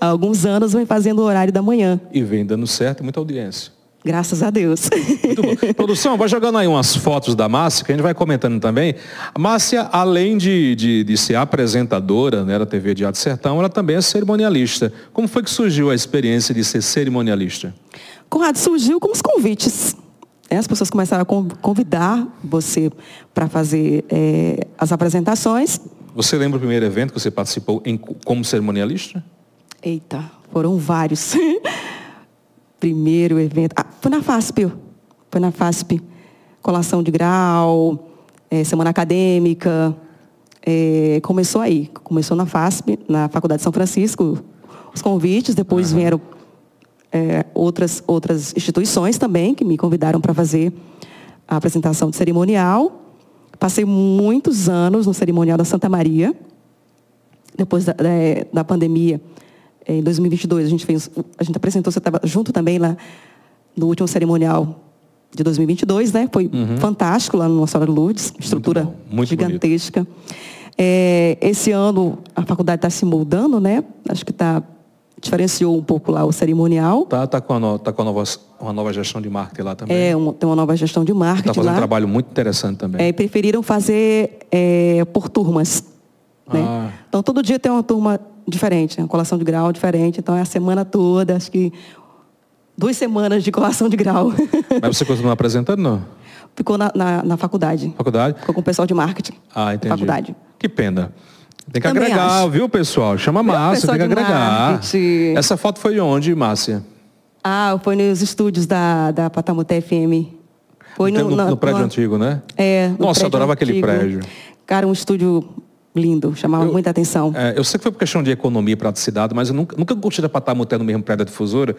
há alguns anos eu venho fazendo o horário da manhã, E vem dando certo e muita audiência. graças a Deus. Muito bom. Produção, vai jogando aí umas fotos da Márcia, que a gente vai comentando também. A Márcia, além de, de, de ser apresentadora né, da TV Diário do Sertão, ela também é cerimonialista. Como foi que surgiu a experiência de ser cerimonialista? Conrado, surgiu com os convites. né? As pessoas começaram a con- convidar você para fazer eh, as apresentações. Você lembra o primeiro evento que você participou em, como cerimonialista? Eita, foram vários. Primeiro evento. Ah, foi na FASP. Foi na FASP. Colação de grau, eh, semana acadêmica. Eh, começou aí. Começou na FASP, na Faculdade de São Francisco, os convites. Depois vieram eh, outras, outras instituições também que me convidaram para fazer a apresentação de cerimonial. Passei muitos anos no cerimonial da Santa Maria depois da, da- da pandemia, é, em 2022, a gente fez, a gente apresentou, você estava junto também lá no último cerimonial de 2022, né? Foi fantástico lá no Nossa Senhora Lourdes, estrutura bom, Uhum. muito gigantesca. É, esse ano a faculdade está se moldando, né? Acho que tá diferenciou um pouco lá o cerimonial. Tá, tá com, a no- tá com a nova, uma nova gestão de marketing lá também. É, um- tem uma nova gestão de Está marketing fazendo um lá. trabalho né? muito interessante também. É, e preferiram fazer é, por turmas. né? Ah. Então, todo dia tem uma turma diferente, uma colação de grau diferente. Então, é a semana toda, acho que duas semanas de colação de grau. Mas você continua apresentando, não? Ficou na, na, na faculdade. Faculdade? Ficou com o pessoal de marketing. Ah, entendi. Faculdade. Que pena. Tem que Também agregar, acho. viu, pessoal? Chama a Viu, Márcia, pessoal tem que de agregar. marketing? Essa foto foi de onde, Márcia? Ah, foi nos estúdios da, da Patamuté FM. Foi no, na- no prédio numa- antigo, né? É, no Nossa, eu prédio adorava aquele antigo. prédio. Cara, um estúdio lindo, chamava Eu- muita atenção. É, eu sei que foi por questão de economia e praticidade, mas eu nunca, nunca gostei de patamuté no mesmo prédio da difusora.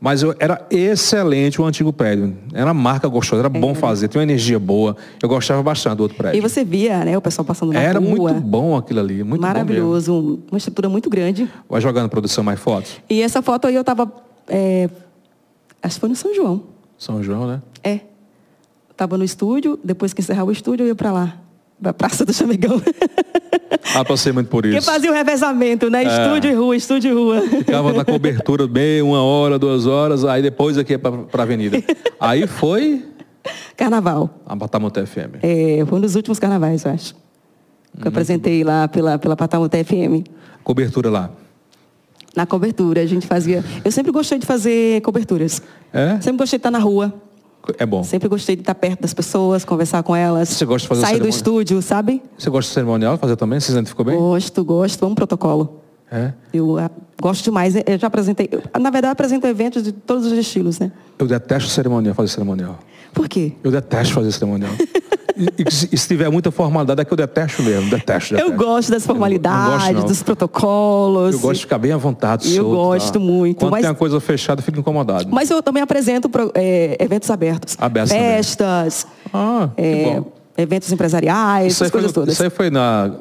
Mas eu, era excelente o antigo prédio. Era uma marca gostosa, era bom fazer, tinha uma energia boa. Eu gostava bastante do outro É. E prédio. você via, né, o pessoal passando na É, Era rua. muito bom aquilo ali, muito bom mesmo. Maravilhoso, um- uma estrutura muito grande. Vai jogando produção mais fotos? E essa foto aí eu tava. é, acho que foi no São João. São João, né? É. Tava no estúdio, depois que encerrava o estúdio, eu ia pra lá. Pra Praça do Chamegão. Ah, passei muito por Porque isso. É. fazia o revezamento, né? Estúdio e rua, estúdio e rua. Ficava na cobertura bem uma hora, duas horas, aí depois aqui para a avenida. Aí foi Carnaval. a Patamuté FM. É, foi um dos últimos carnavais, eu acho. Uhum. Que eu apresentei lá pela, pela Patamuté FM. Cobertura lá. Na cobertura, a gente fazia. Eu sempre gostei de fazer coberturas. É? Sempre gostei de estar na rua. É bom. Sempre gostei de estar perto das pessoas, conversar com elas. Você gosta de fazer Sair do cerimônia? estúdio, sabe? Você gosta de cerimonial fazer também? Você se identificou bem? Gosto, gosto. Amo protocolo. É. Eu ah, gosto demais. Eu já apresentei. eu, na verdade, eu apresento eventos de todos os estilos, né? Eu detesto cerimonial, fazer cerimonial. Por quê? Eu detesto fazer cerimonial. e, e se- e se tiver muita formalidade, é que eu detesto mesmo. Detesto, Eu detesto. gosto das é. Eu não- não gosto, formalidades, não. dos protocolos. Eu gosto de ficar bem à vontade, Eu solto, tá? gosto muito, Quando mas- tem uma coisa fechada, eu fico incomodado. Mas eu também apresento pro- é, eventos abertos. Abertos também. Festas, Ah, que é, bom. eventos empresariais, Isso aí, foi, essas coisas no- todas. isso aí foi na...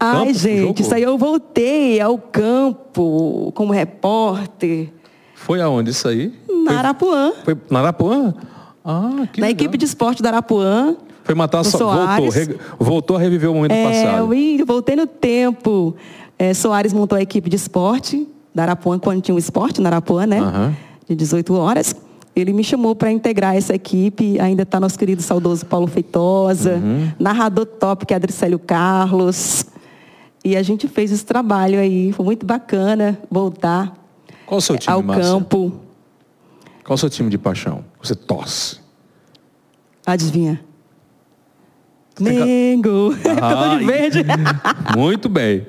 Ai, campo, gente, jogo? isso aí eu voltei ao campo como repórter Foi aonde isso aí? na Arapuã. Foi, foi na Arapuã? Ah, que na legal. equipe de esporte da Arapuã. Foi matar... do só- Voltou, Soares. re- voltou a reviver o momento É, passado. eu ih, voltei no tempo. É, Soares montou a equipe de esporte da Arapuã, quando tinha um esporte na Arapuã, né? Aham. De 18 horas. Ele me chamou para integrar essa equipe. Ainda está nosso querido saudoso Paulo Feitosa, Uhum. narrador top, que é Adricélio Carlos. E a gente fez esse trabalho aí. Foi muito bacana voltar Qual o seu time, ao Márcia? campo. Qual o seu time de paixão? Você torce. Adivinha? Tem ca- Mengo. É porque eu tô Ai. de verde. Muito bem.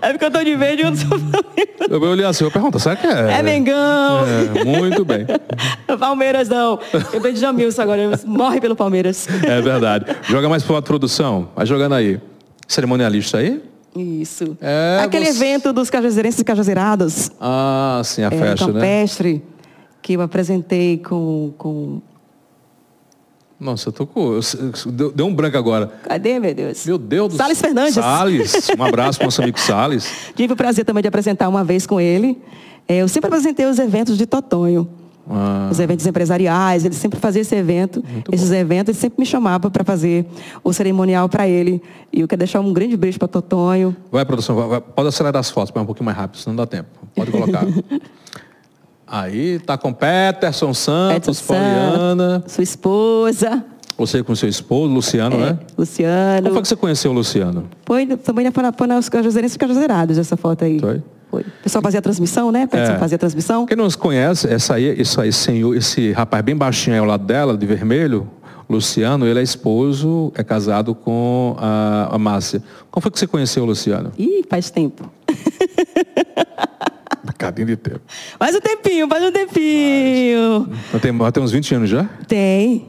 É porque eu tô de verde e eu não sou Flamengo. Eu olhei assim, eu pergunto, será que é? É Mengão. É, muito bem. Palmeiras não. Eu tô de Jamilson agora. eu- Morre pelo Palmeiras. É verdade. Joga mais para a produção. Vai jogando aí. Cerimonialista aí? Isso. É, Aquele você- evento dos cajazeirenses e cajazeirados. Ah, sim, a é, festa, né? campestre. Que eu apresentei com... com... Nossa, eu tô com... eu- eu- Deu, deu um branco agora. Cadê, meu Deus? Meu Deus do Salles Fernandes. Salles. Um abraço para o nosso amigo Salles. Tive o prazer também de apresentar uma vez com ele. É, eu sempre apresentei os eventos de Totonho. Ah, os eventos empresariais, ele sempre fazia esse evento, esses eventos, ele sempre me chamava para fazer o cerimonial para ele. E eu quero deixar um grande beijo para Totonho. vai, produção. vai- vai. Pode acelerar as fotos, mas um pouquinho mais rápido, senão não dá tempo. Pode colocar. Aí, tá com Peterson Edson Santos, Santos, Poliana. Sua esposa, Você com seu esposo, Luciano, É. né? Como foi Luciano. que você conheceu o Luciano? Foi, também foi, na, foi nas Cajazeirenses e Cajazeirados essa foto aí. Foi? Foi. O pessoal fazia a transmissão, né? Peterson É. fazia a transmissão. Quem não nos conhece, essa aí, isso aí, senhor, esse rapaz bem baixinho aí ao lado dela, de vermelho, Luciano, ele é esposo, é casado com a, a Márcia. Como foi que você conheceu o Luciano? Ih, faz tempo. Cadinho de tempo. Faz um tempinho, faz um tempinho. Já tem, já tem uns 20 anos já? Tem.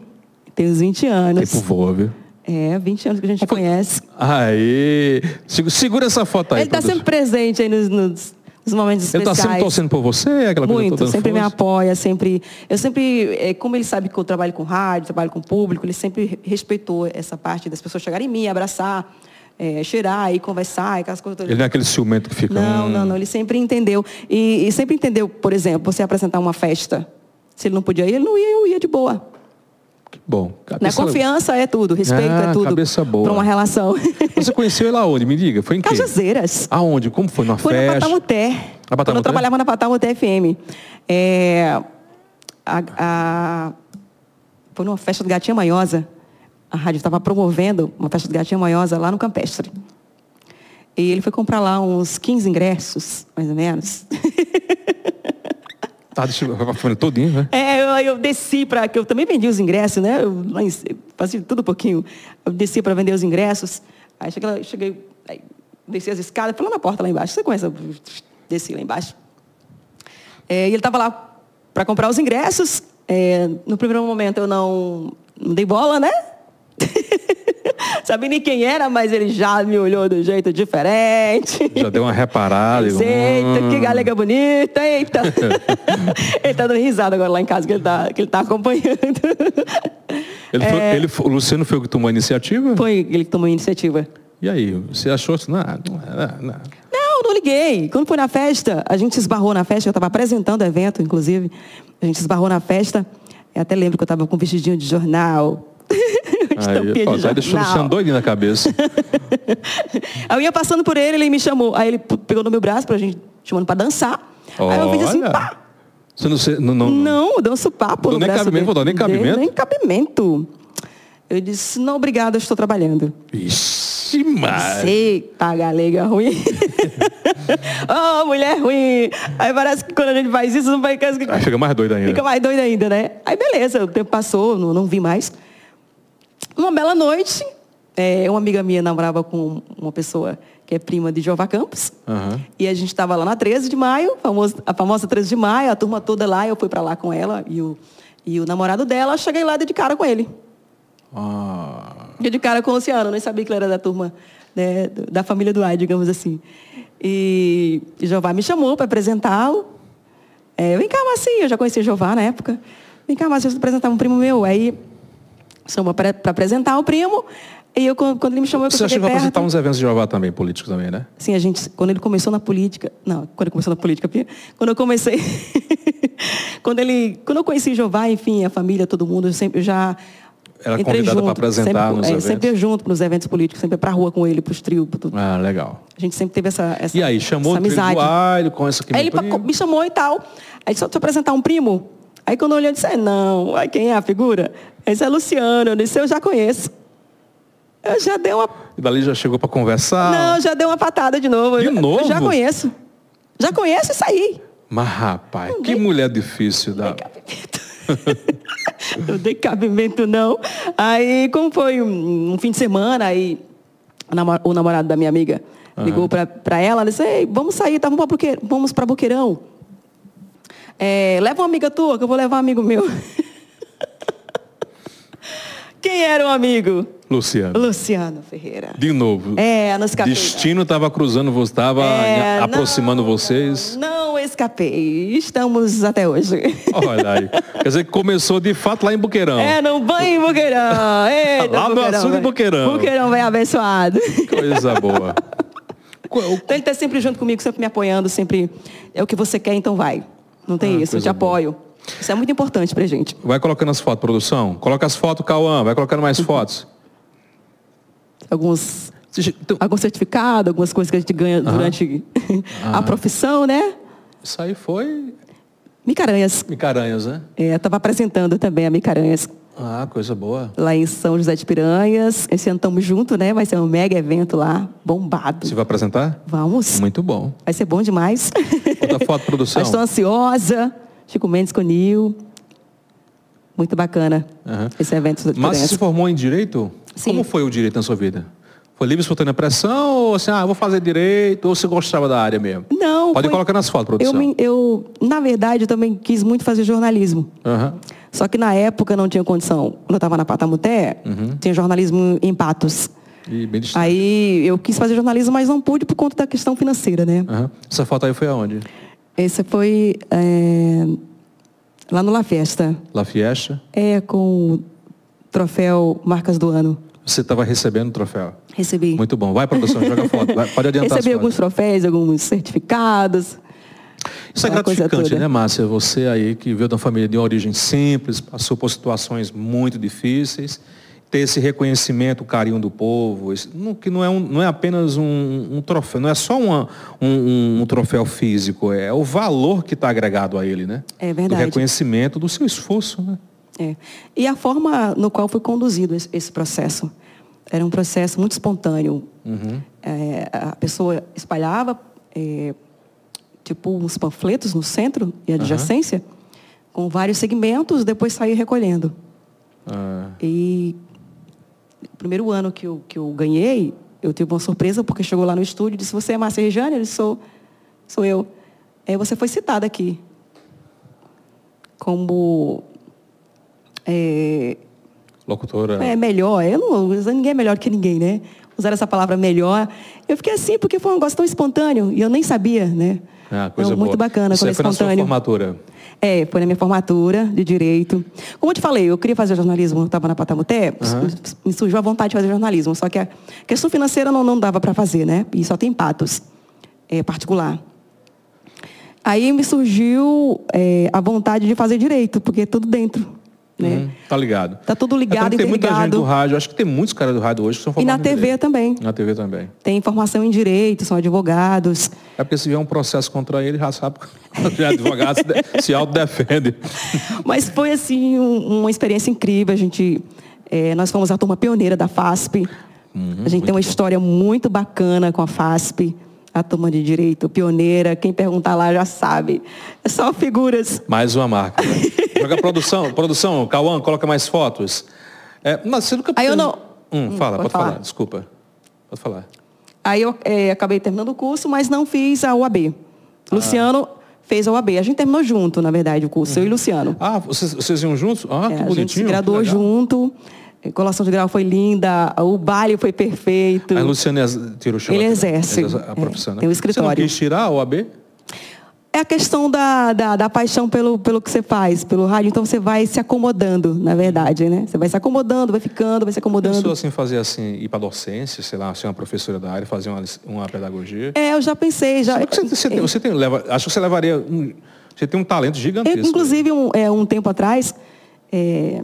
Tem uns 20 anos. Tempo voa, viu? É, 20 anos que a gente conhece. Aí. segu- Segura essa foto Tá aí. Ele está produção. sempre presente aí nos, nos- nos momentos Ele especiais. tá sempre torcendo por você, aquela coisa Muito, toda, dando sempre me força? apoia, sempre. Eu sempre, eh, como ele sabe que eu trabalho com rádio, trabalho com público, ele sempre re- respeitou essa parte das pessoas chegarem em mim, abraçar, eh, cheirar e conversar, e aquelas coisas todas. Ele não é aquele ciumento que fica. Não, "Hum, não, não. Ele sempre entendeu. E, e sempre entendeu, por exemplo, você apresentar uma festa. Se ele não podia ir, ele não ia, eu ia de boa. Que bom. Na Cabeça- confiança é tudo, respeito Ah, é tudo. cabeça boa. Para uma relação. Você conheceu ele aonde? Me diga. Foi em quê? assim, Cajazeiras. Aonde? Como foi? Numa Foi na festa? Patamuté. Na Patamuté? Quando eu trabalhava na Patamuté FM. É, a- a- foi numa festa do Gatinha Manhosa. A rádio estava promovendo uma festa do Gatinha Manhosa lá no Campestre. E ele foi comprar lá uns 15 ingressos, mais ou menos. Tá, deixa eu... a família todinha, né? É, eu, eu desci para que eu também vendi os ingressos, né? Eu, lá em- eu fazia tudo um pouquinho. Eu desci para vender os ingressos. Aí cheguei, lá- cheguei aí desci as escadas, fui lá na porta lá embaixo. Você conhece? eu Desci lá embaixo. É, e ele estava lá para comprar os ingressos. É, no primeiro momento eu não, não dei bola, né? Sabia nem quem era, mas ele já me olhou de um jeito diferente. Já deu uma reparada. digo, Eita, "Hum". que galega bonita, eita. ele tá dando risada agora lá em casa, que ele tá, que ele tá acompanhando. Ele foi- ele foi- o Luciano foi o que tomou a iniciativa? É. Foi ele que tomou a iniciativa. E aí, você achou assim, não, não, não, não. Não, não liguei. Quando foi na festa, a gente esbarrou na festa, eu estava apresentando o evento, inclusive. A gente esbarrou na festa. Eu até lembro que eu estava com um vestidinho de jornal. Aí, Estampinha ó, de tá deixando o Luciano jornal. doidinho na cabeça. Aí eu ia passando por ele, ele me chamou. Aí ele p- pegou no meu braço pra gente, chamando pra dançar. Aí eu fiz assim, Olha. pá! Você não, sei- não, não, Não, eu dei um sopapo Deu no nem braço cabimento, dele. vou dar nem Deu cabimento. Nem cabimento. Eu disse, não, obrigada, eu estou trabalhando. Ah, é. Ixi, mas... Eita, galega ruim. oh, mulher ruim. Aí parece que quando a gente faz isso, não parece que Aí fica mais doido ainda. fica mais doido ainda, né? Aí beleza, o tempo passou, não, não vi mais. Uma bela noite, é, uma amiga minha namorava com uma pessoa que é prima de Jeová Campos. Aham. E a gente estava lá na 13 de maio, famoso- a famosa 13 de maio, a turma toda lá, eu fui para lá com ela e o, e o namorado dela, cheguei lá dei de cara com ele. Ah, Dei de cara com o Luciano, nem sabia que ele era da turma, né, do- da família do Ai, digamos assim. E, e Jeová me chamou para apresentá-lo. É, vem cá, Marcinho, eu já conhecia Jeová na época. Vem cá, Marcinho, eu apresentar um primo meu. Aí chamou para apresentar o primo. E eu, quando quando ele me chamou, eu Você cheguei chegou a perto. apresentar um uns eventos de Jeová também, políticos também, né? Sim, a gente, quando ele começou na política, não, quando ele começou na política, porque quando eu comecei, quando ele, quando eu conheci Jeová, enfim, a família, todo mundo, eu sempre eu já Era entrei convidada junto, pra apresentar sempre, nos é, eventos. sempre eu junto nos eventos políticos, sempre para rua com ele, para os trios, pra tudo. Ah, legal. A gente sempre teve essa, essa E aí, chamou essa o trilho amizade. do alho, com essa aqui. Aí meu ele pa- primo. me chamou e tal. Aí só te apresentar um primo. Aí quando eu olhei, eu disse, é, não, aí quem é a figura? Esse é Luciano, eu disse, eu já conheço. Eu já dei uma E dali já chegou pra conversar. não, já deu uma patada de novo. Ah. De Eu- novo? Eu já conheço. Já conheço e saí. Mas, rapaz, que dei- mulher difícil. Da... Não dei cabimento, não. Aí, como foi um, um fim de semana, aí o namo- o namorado da minha amiga ligou pra para ela, disse, Ei, vamos sair, tá, vamos pra Boque- vamos para Boqueirão. É, leva uma amiga tua, que eu vou levar um amigo meu. Quem era o amigo? Luciano. Luciano Ferreira. De novo. É, nos capítulos. Destino estava cruzando, estava É, não, né, aproximando vocês. Não escapei. Estamos até hoje. Olha aí. Quer dizer que começou de fato lá em Buqueirão. É, não banho, Boqueirão. Eita, Lá no açude, vai. Boqueirão. Boqueirão vai abençoado. Coisa boa. Co- Então ele tá sempre junto comigo, sempre me apoiando, sempre. É o que você quer, então vai. Não tem isso, eu te Ah, coisa boa. apoio. Isso é muito importante pra gente. Vai colocando as fotos, produção. Coloca as fotos, Cauã. Vai colocando mais fotos. Alguns, Deixa- então, algum certificado, algumas coisas que a gente ganha durante Ah. a profissão, né? Isso aí foi Micaranhas. Micaranhas, né? É, eu tava apresentando também a Micaranhas. Ah, coisa boa. lá em São José de Piranhas. Esse ano estamos juntos, né? Vai ser um mega evento lá, bombado. Você vai apresentar? Vamos? Muito bom. Vai ser bom demais. Outra foto, produção. Mas estou ansiosa. Chico Mendes com Nil. Muito bacana Aham. esse evento de Mas você Piranhas. se formou em direito? Sim. Como foi o direito na sua vida? Foi livre espontânea pressão ou assim, ah, eu vou fazer direito, ou você gostava da área mesmo? Não, Pode foi- colocar nas fotos, produção. Eu, me- eu, na verdade, eu também quis muito fazer jornalismo. Aham. Só que na época não tinha condição. Quando eu estava na Patamuté, Uhum. tinha jornalismo em Patos. E bem distante. Aí eu quis fazer jornalismo, mas não pude por conta da questão financeira, né? Aham. Essa foto aí foi aonde? Essa foi é, lá no La Festa. La Fiesta? É com o troféu Marcas do Ano. Você estava recebendo o troféu. Recebi. Muito bom. Vai, produção, joga a foto. Vai, pode adiantar Recebi as fotos. alguns troféus, alguns certificados. Isso é Aquela coisa gratificante, toda. né, Márcia? Você aí que veio de uma família de origem simples, passou por situações muito difíceis, ter esse reconhecimento, o carinho do povo, isso, não- que não é, um- não é apenas um, um troféu, não é só uma- um, um- um troféu físico, é o valor que está agregado a ele, né? É verdade. Do reconhecimento do seu esforço, né? É. E a forma no qual foi conduzido esse, esse processo. Era um processo muito espontâneo. Uhum. É, a pessoa espalhava, é, tipo, uns panfletos no centro e adjacência, com vários segmentos, depois saía recolhendo. Ah, E no primeiro ano que eu, que eu ganhei, eu tive uma surpresa, porque chegou lá no estúdio e disse, você é Márcia Rejane? Eu disse, sou, sou eu. Aí você foi citada aqui como é, locutora. é, melhor. Eu não, ninguém é melhor que ninguém, né? Usar essa palavra melhor. Eu fiquei assim, porque foi um negócio tão espontâneo, e eu nem sabia, né? Ah, coisa boa. Então, Muito bacana, Isso quando é aí foi na sua espontâneo. formatura. É, foi na minha formatura de direito. Como eu te falei, eu queria fazer jornalismo, eu estava na Patamuté, me surgiu a vontade de fazer jornalismo, só que a questão financeira não, não dava para fazer, né? E só tem patos é, particular. Aí me surgiu é, a vontade de fazer direito, porque é tudo dentro, né? Hum, tá ligado. Tá tudo É ligado, tanto que tem muita gente do interligado. rádio, acho que tem muitos caras do rádio hoje que são E formados na em TV direito. também. Na TV também. Tem formação em direito, são advogados. É porque se vier um processo contra ele, já sabe que o advogado se, de- se autodefende. Mas foi, assim, um- uma experiência incrível. A gente, eh, nós fomos a Uhum, turma pioneira da FASP. a gente tem uma história muito bacana com a FASP. a turma de direito, pioneira, quem perguntar lá já sabe. É só figuras. Mais uma marca. Né? Joga produção, produção, Cauã, coloca mais fotos. É, nascido Aí eu não- Hum, fala, pode pode, falar. falar. desculpa. Pode falar. Aí eu eh, acabei terminando o curso, mas não fiz a UAB. Ah. Luciano fez a UAB. A gente terminou junto, na verdade, o curso, eu e Luciano. Ah, vocês, vocês iam juntos? Ah, É, que a gente se bonitinho. que graduou legal. junto, a colação de grau foi linda, o baile foi perfeito. Aí Luciane ex- tira o chão. Ele aqui, né? exerce. Exerce A É, profissão, né? tem um Você não escritório. quis tirar a OAB? É a questão da, da, da paixão pelo, pelo que você faz, pelo rádio. Então você vai se acomodando, na verdade, né? Você vai se acomodando, vai ficando, vai se Pensou acomodando. assim, fazer assim, ir para docência, sei lá, ser uma professora da área, fazer uma, lic- uma pedagogia? É, eu já pensei, já. é. Só que Você, você tem, você tem- leva- acho que você levaria um, você tem um talento Eu, gigantesco. inclusive, um, é, um tempo atrás, é,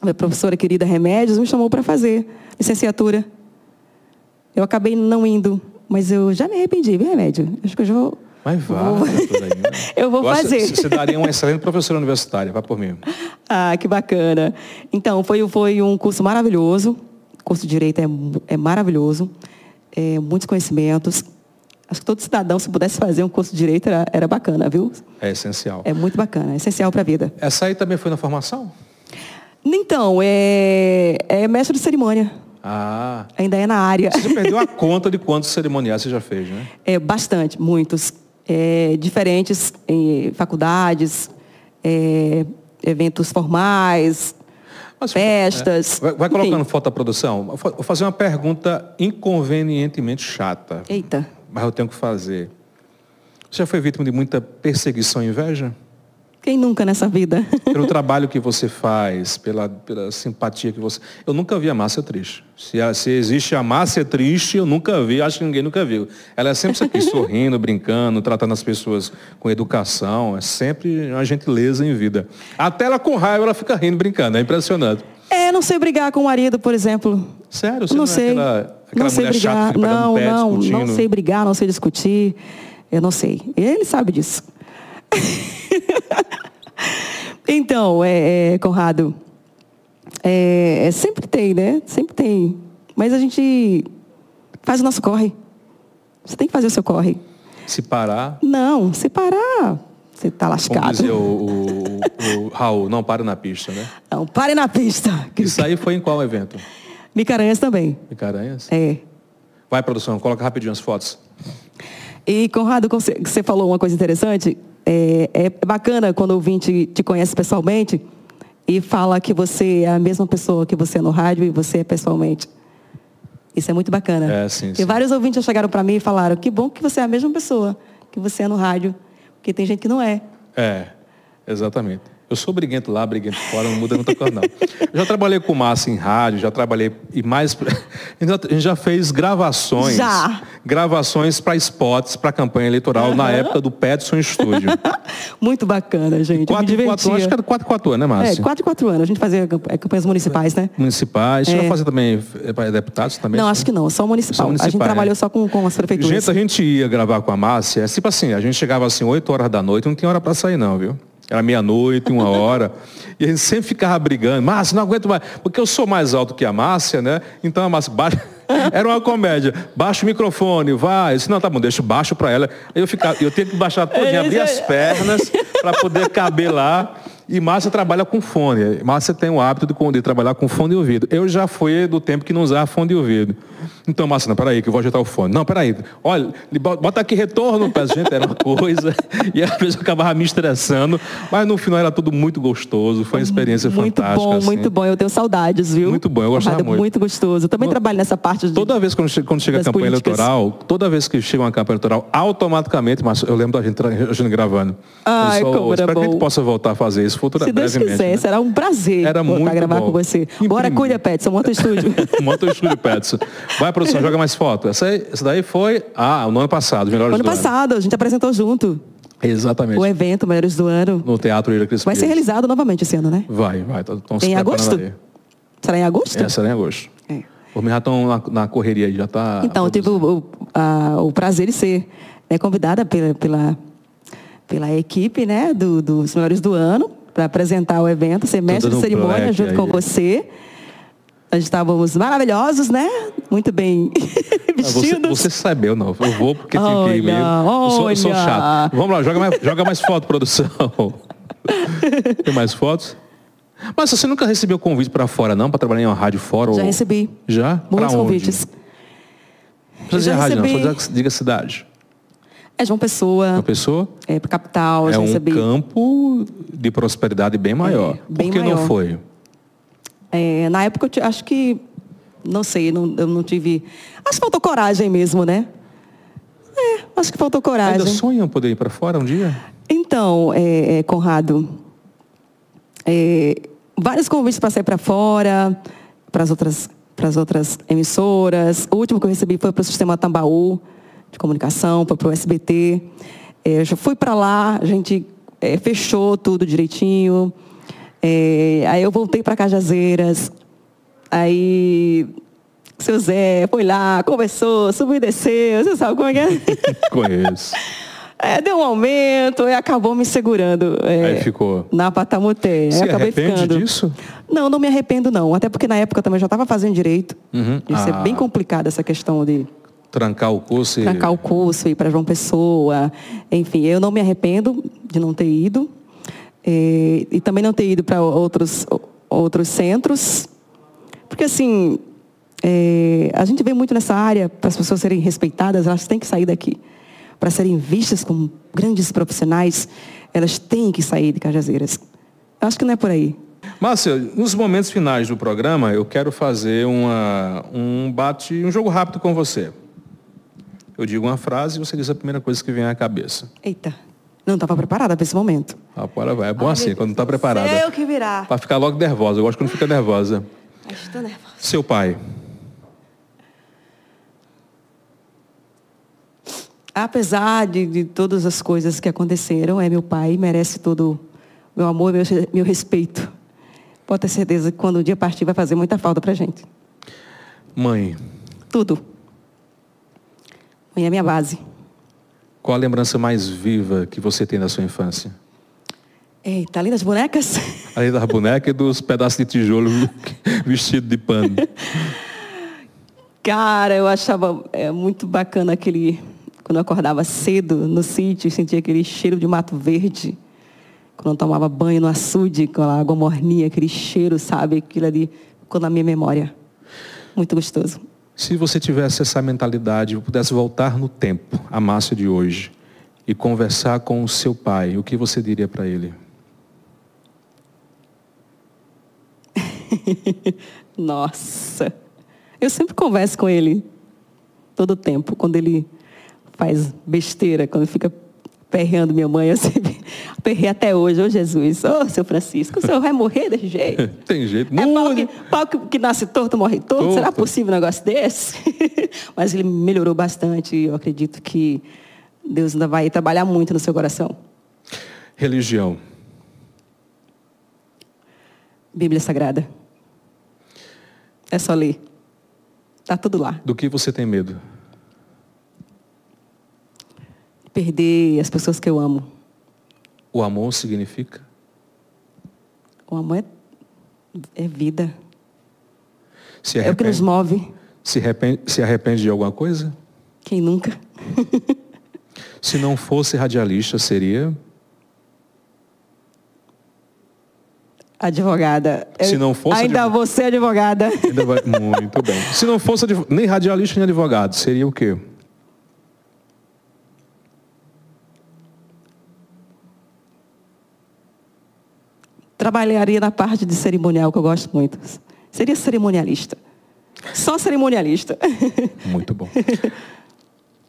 a minha professora querida Remédios me chamou para fazer licenciatura. Eu acabei não indo, mas eu já me arrependi, viu, Remédio? Acho que eu já vou. Mas vá, vou- doutora Aina. eu vou Eu acho- fazer. Você daria uma excelente professora universitária, vá por mim. Ah, que bacana. Então, foi, foi um curso maravilhoso. O curso de Direito é, mu- é maravilhoso. É, muitos conhecimentos. Acho que todo cidadão, se pudesse fazer um curso de Direito, era, era bacana, viu? É essencial. É muito bacana, é essencial para a vida. Essa aí também foi na formação? Então, é, é mestre de cerimônia. Ah. Ainda é na área. Você perdeu a conta de quantos cerimoniais você já fez, né? É, bastante, muitos. É, diferentes em faculdades, é, eventos formais, Mas- né? festas. Vai, vai enfim. colocando foto à produção. Vou fa- vou fazer uma pergunta inconvenientemente chata, Eita. mas eu tenho que fazer. Você já foi vítima de muita perseguição e inveja? Quem nunca nessa vida? Pelo trabalho que você faz, pela, pela simpatia que você. Eu nunca vi a Márcia triste. Se, a- se existe a Márcia triste, eu nunca vi, acho que ninguém nunca viu. Ela é sempre isso aqui, sorrindo, brincando, tratando as pessoas com educação. É sempre uma gentileza em vida. Até ela com raiva, ela fica rindo, brincando. É impressionante. É, não sei brigar com o marido, por exemplo. Sério, você não, Não, é sei. aquela, aquela não sei mulher chata brigar. que fica pegando Não, pé, não, discutindo. não sei brigar, não sei discutir. Eu não sei. Ele sabe disso. então, é, é, Conrado, é, é, sempre tem, né? Sempre tem. Mas a gente faz o nosso corre. Você tem que fazer o seu corre. Se parar, Não, se parar, você está como dizia lascado. o, o- o Raul, não para na pista, né? Não, pare na pista. Isso aí foi em qual evento? Micaranhas também. Micaranhas? É. Vai, produção, coloca rapidinho as fotos. E, Conrado, como você você falou uma coisa interessante. É, é bacana quando o ouvinte te conhece pessoalmente e fala que você é a mesma pessoa que você é no rádio e você é pessoalmente. Isso é muito bacana. É, sim, E sim. vários ouvintes já chegaram para mim e falaram que bom que você é a mesma pessoa que você é no rádio, porque tem gente que não é. É, exatamente. Eu sou briguento lá, briguento fora, não muda muita coisa não. Eu já trabalhei com massa em rádio, já trabalhei e mais. A gente já- a gente já fez gravações. Já. Gravações para spots, para campanha eleitoral, na época do Petson Studio. Muito bacana, gente. Eu me 4 e 4 divertia. acho que era 4 e 4 anos, né, É, Márcio? quatro e quatro anos. A gente fazia camp- é, campanhas municipais, né? Municipais. Você já fazia também eh, para deputados também? não, isso, acho né? que não. Só municipal. a gente municipal, trabalhou é. só com, com as prefeituras. Gente, a gente ia gravar com a Márcia, tipo assim, a gente chegava assim 8 horas da noite, não tinha hora para sair não, viu? Era meia-noite, uma hora. E a gente sempre ficava brigando. Márcia, não aguento mais. Porque eu sou mais alto que a Márcia, né? Então a Márcia baixa. Era uma comédia. Baixa o microfone, vai. Eu disse, não, tá bom, deixa baixo para ela. Aí eu ficava, eu tinha que baixar todinha, abrir as pernas para poder caber lá. E Márcia trabalha com fone. Márcia tem o hábito de, con- de trabalhar com fone de ouvido. Eu já fui do tempo que não usava fone de ouvido. Então, Márcia, não, peraí, que eu vou ajeitar o fone. Não, peraí. Olha, li- bo- bota aqui retorno, peço, gente, era uma coisa. E às vezes eu acabava me estressando. Mas no final era tudo muito gostoso. Foi uma experiência Muito fantástica. bom, assim. muito bom. Eu tenho saudades, viu? Muito bom, eu gostava Conrado, muito. gostoso. Eu também No- trabalho nessa parte de... Toda vez quando chega, quando chega a Das campanha políticas. eleitoral, toda vez que chega uma campanha eleitoral, automaticamente, mas eu lembro da gente, tra- a gente gravando. Ai, Eu como era espero que a bom. gente possa voltar a fazer isso futura, Se Deus brevemente, quiser, né? será um prazer Era voltar muito a gravar bom. com você. Bora, Imprimir. cuida, Petson, monta o estúdio. Monta o Um estúdio, Petson. Vai, produção, joga mais foto. Essa, aí- essa daí foi. Ah, no ano passado, melhor ano passado, a gente apresentou junto Exatamente. o evento Melhores do Ano. No Teatro Ira Cris Vai ser Pires. realizado novamente esse ano, né? Vai, vai. tá, Tão, tão se Em preparando agosto? aí. Será em agosto? Essa era em agosto. É. Os meninos já estão na, na correria aí, já tá. Então, eu tive o, o- a- o prazer de ser né, convidada pela, pela, pela equipe né, do- dos Melhores do Ano para apresentar o evento, ser mestre dando de um cerimônia black junto aí. com você. Nós estávamos maravilhosos, né? Muito bem Ah, Você, vestidos. você sabeu, não. Eu vou porque Olha, fiquei meio. Eu sou, eu sou olha. chato. Vamos lá, joga mais, joga mais foto, produção. Tem mais fotos? Mas você nunca recebeu convite para fora, não? Para trabalhar em uma rádio fora? Já ou- recebi Já? tá Pra muitos onde? convites. Não precisa dizer já rádio, recebi. não. Só diga- diga cidade. É João Uma Pessoa, pessoa? é, para capital, é já um recebi. É, campo de prosperidade bem maior. bem Por que não maior. foi? É, na época eu ti- acho que, não sei, não- eu não tive. Acho que faltou coragem mesmo, né? É, acho que faltou coragem. Ainda sonham poder ir para fora um dia? Então, é, é, Conrado, é, vários convites para sair para fora, para as outras, pras outras emissoras. O último que eu recebi foi para o Sistema Tambaú de comunicação, para o SBT. É, eu já fui para lá, a gente é, fechou tudo direitinho. É, aí eu voltei para Cajazeiras. Aí seu Zé foi lá, conversou, subiu e desceu, você sabe como é que é? Conheço. É, deu um aumento e acabou me segurando. é, Aí ficou. Na Patamuté. Se Eu acabei arrepende ficando. disso? Não, não me arrependo, não. Até porque na época eu também já estava fazendo direito. Uhum. Isso Ah. é bem complicado, essa questão de Trancar o curso e... trancar o curso, ir para João Pessoa. Enfim, eu não me arrependo de não ter ido. É, e também não ter ido para outros, outros centros. Porque, assim, é, a gente vê muito nessa área, para as pessoas serem respeitadas, elas têm que sair daqui. Para serem vistas como grandes profissionais, elas têm que sair de Cajazeiras. Eu acho que não é por aí. Márcia, nos momentos finais do programa, eu quero fazer uma, um bate, um jogo rápido com você. Eu digo uma frase e você diz a primeira coisa que vem à cabeça. Eita, não estava preparada para esse momento. Agora vai. É bom Ai, assim, meu quando não está Deus do céu, preparada. que virá. Para ficar logo nervosa. Eu gosto quando fica nervosa. Ai, Estou nervosa. Seu pai. Apesar de, de todas as coisas que aconteceram, é meu pai, merece todo o meu amor, meu, meu respeito. Pode ter certeza que quando o dia partir vai fazer muita falta pra gente. Mãe. Tudo. Mãe é minha base. Qual a lembrança mais viva que você tem da sua infância? Eita, lindas bonecas. Além das bonecas e dos pedaços de tijolo vestido de pano. Cara, eu achava é, muito bacana aquele. Quando eu acordava cedo no sítio, eu sentia aquele cheiro de mato verde. Quando eu tomava banho no açude, com a água morninha, aquele cheiro, sabe? Aquilo ali ficou na minha memória. Muito gostoso. Se você tivesse essa mentalidade, pudesse voltar no tempo, a Márcia de hoje, e conversar com o seu pai, o que você diria para ele? Nossa. Eu sempre converso com ele. Todo tempo. Quando ele faz besteira, quando fica perreando minha mãe, eu sempre perrei até hoje. Ô, Jesus. Ô, seu Francisco, o senhor vai morrer desse jeito? Tem jeito. É pau Mude. que, pau que- que nasce torto, morre torto. Torto. Será possível um negócio desse? Mas ele melhorou bastante. e Eu acredito que Deus ainda vai trabalhar muito no seu coração. Religião. Bíblia Sagrada. É só ler. Tá tudo lá. Do que você tem medo? Perder as pessoas que eu amo. O amor significa? O amor é, é vida. Se É o que nos arrepende, move. se arrepende, se arrepende de alguma coisa? Quem nunca? Se não fosse radialista, seria? Advogada. Se Eu- não fosse Ainda advogada. você advogada. Ainda vai- Muito bem. Se não fosse advo- nem radialista nem advogado, seria o quê? Trabalharia na parte de cerimonial, que eu gosto muito. Seria cerimonialista. Só cerimonialista. Muito bom.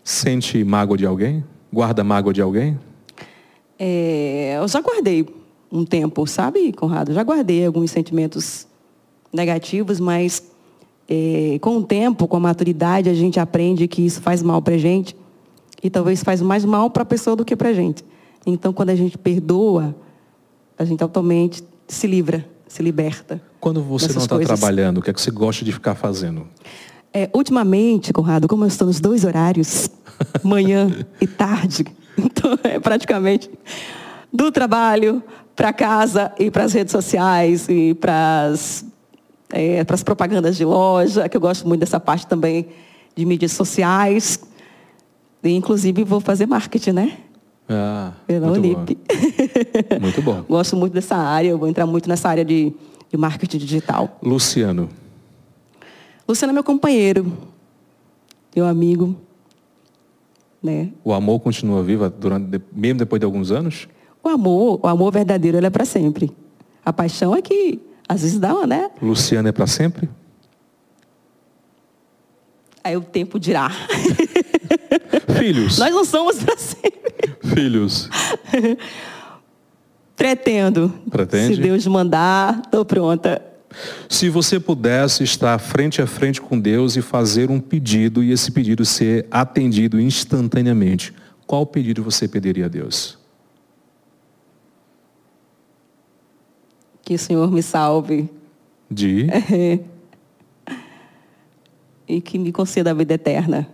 Sente mágoa de alguém? Guarda mágoa de alguém? É, eu já guardei um tempo, sabe, Conrado? Já guardei alguns sentimentos negativos, mas é, com o tempo, com a maturidade, a gente aprende que isso faz mal para gente e talvez faz mais mal para a pessoa do que para gente. Então, quando a gente perdoa, a gente automaticamente se livra, se liberta. Quando você dessas não está coisas. trabalhando, o que é que você gosta de ficar fazendo? É, ultimamente, Conrado, como eu estou nos dois horários, manhã e tarde, então é praticamente do trabalho para casa e para as redes sociais e para é, para as propagandas de loja, que eu gosto muito dessa parte também de mídias sociais. E, inclusive, vou fazer marketing, né? Ah, Pela muito Unip. bom. Muito bom. Gosto muito dessa área, eu vou entrar muito nessa área de, de marketing digital. Luciano, Luciano é meu companheiro, meu amigo, né? o amor continua vivo durante, mesmo depois de alguns anos? O amor, o amor verdadeiro, ele é para sempre. A paixão é que às vezes dá, uma, né? Luciano é para sempre? Aí o tempo dirá. Filhos. Nós não somos para sempre. Filhos. Pretendo. Pretende? Se Deus mandar, tô pronta. Se você pudesse estar frente a frente com Deus e fazer um pedido e esse pedido ser atendido instantaneamente, qual pedido você pediria a Deus? Que o Senhor me salve De e que me conceda a vida eterna.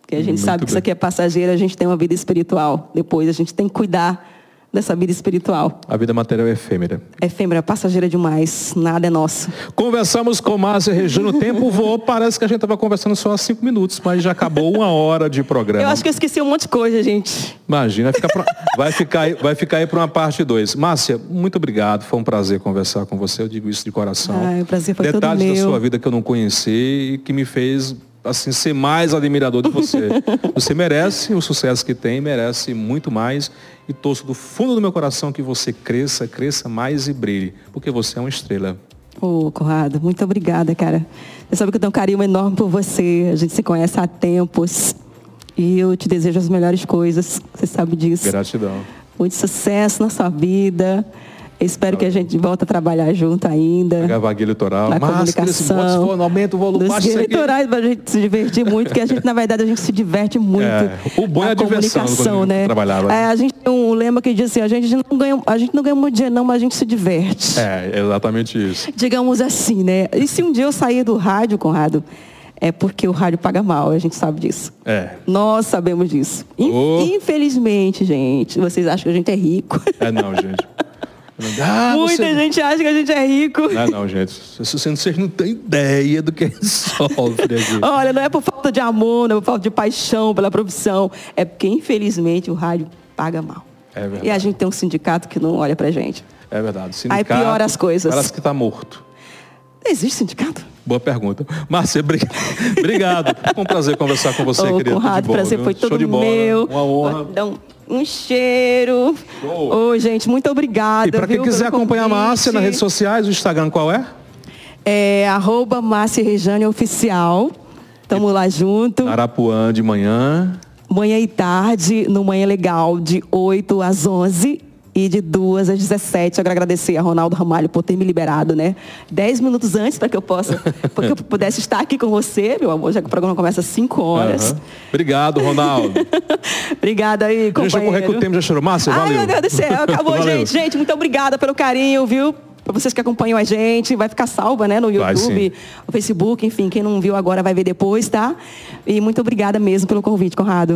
Porque a gente Muito sabe que isso bem. aqui é passageiro, a gente tem uma vida espiritual. Depois a gente tem que cuidar dessa vida espiritual. a vida material é efêmera. Efêmera, passageira demais, nada é nosso. Conversamos com Márcia Regina, o tempo voou, parece que a gente estava conversando só há cinco minutos, mas já acabou uma hora de programa. Eu acho que eu esqueci um monte de coisa, gente. Imagina, fica pra- vai ficar aí, vai ficar aí para uma parte 2. Márcia, muito obrigado, foi um prazer conversar com você, eu digo isso de coração. Ai, o prazer foi todo Detalhes da meu. sua vida que eu não conheci e que me fez assim ser mais admirador de você. você merece o sucesso que tem, merece muito mais e torço do fundo do meu coração que você cresça, cresça mais e brilhe, porque você é uma estrela. Ô, Conrado, muito obrigada, cara. Você sabe que eu tenho um carinho enorme por você. A gente se conhece há tempos. E eu te desejo as melhores coisas. Você sabe disso. Gratidão. Muito sucesso na sua vida. Eu espero que a gente volte a trabalhar junto ainda. Pegar a vaguinha litoral. na Márcia, esse bota, esse comunicação. fone, aumenta o volume, dos baixa isso aqui. eleitorais para a gente se divertir muito, que a gente, na verdade, a gente se diverte muito. É, o bom é na a diversão quando comunicação, né? trabalhava. É, a gente tem um lema que diz assim, a gente não ganha, a gente não ganha muito dinheiro não, mas a gente se diverte. É, exatamente isso. Digamos assim, né? E se um dia eu sair do rádio, Conrado, é porque o rádio paga mal, a gente sabe disso. É. Nós sabemos disso. In- Oh. Infelizmente, gente, vocês acham que a gente é rico. É não, gente. Ah, Muita você- gente acha que a gente é rico. Não, é não, gente. Vocês- Vocês não têm ideia do que a gente sofre aqui. Olha, não é por falta de amor, não é por falta de paixão pela profissão. É porque, infelizmente, o rádio paga mal. É verdade. E a gente tem um sindicato que não olha pra gente. É verdade. Aí Sindicato, piora as coisas. Parece que está morto. Não existe sindicato? Boa pergunta. Márcia, bri- obrigado. Foi um prazer conversar com você, Ô, querida. Tudo de Conrado, bom, prazer viu? foi Show todo de bola. né? meu. Uma honra. Dá um, um cheiro. Show. Ô, gente, muito obrigada. E para quem viu, quiser pelo acompanhar a Márcia convite. nas redes sociais, o Instagram qual é? É, arroba Márcia Rejane Oficial. Tamo lá junto. Arapuã de manhã. Manhã e tarde, no Manhã Legal, de 8 às 11 e de 2 às 17. Eu quero agradecer a Ronaldo Ramalho por ter me liberado, né? 10 minutos antes para que eu possa, para que eu pudesse estar aqui com você, meu amor, já que o programa começa às 5 horas. Aham. Obrigado, Ronaldo. Obrigada Deixa aí, eu companheiro. correr que o tempo já chorou. Márcia, Ai, valeu. meu Deus do céu, acabou, Valeu. gente. Gente, muito obrigada pelo carinho, viu? Para vocês que acompanham a gente, vai ficar salva, né, no Vai, YouTube, no Facebook, enfim, quem não viu agora vai ver depois, tá? E muito obrigada mesmo pelo convite, Conrado.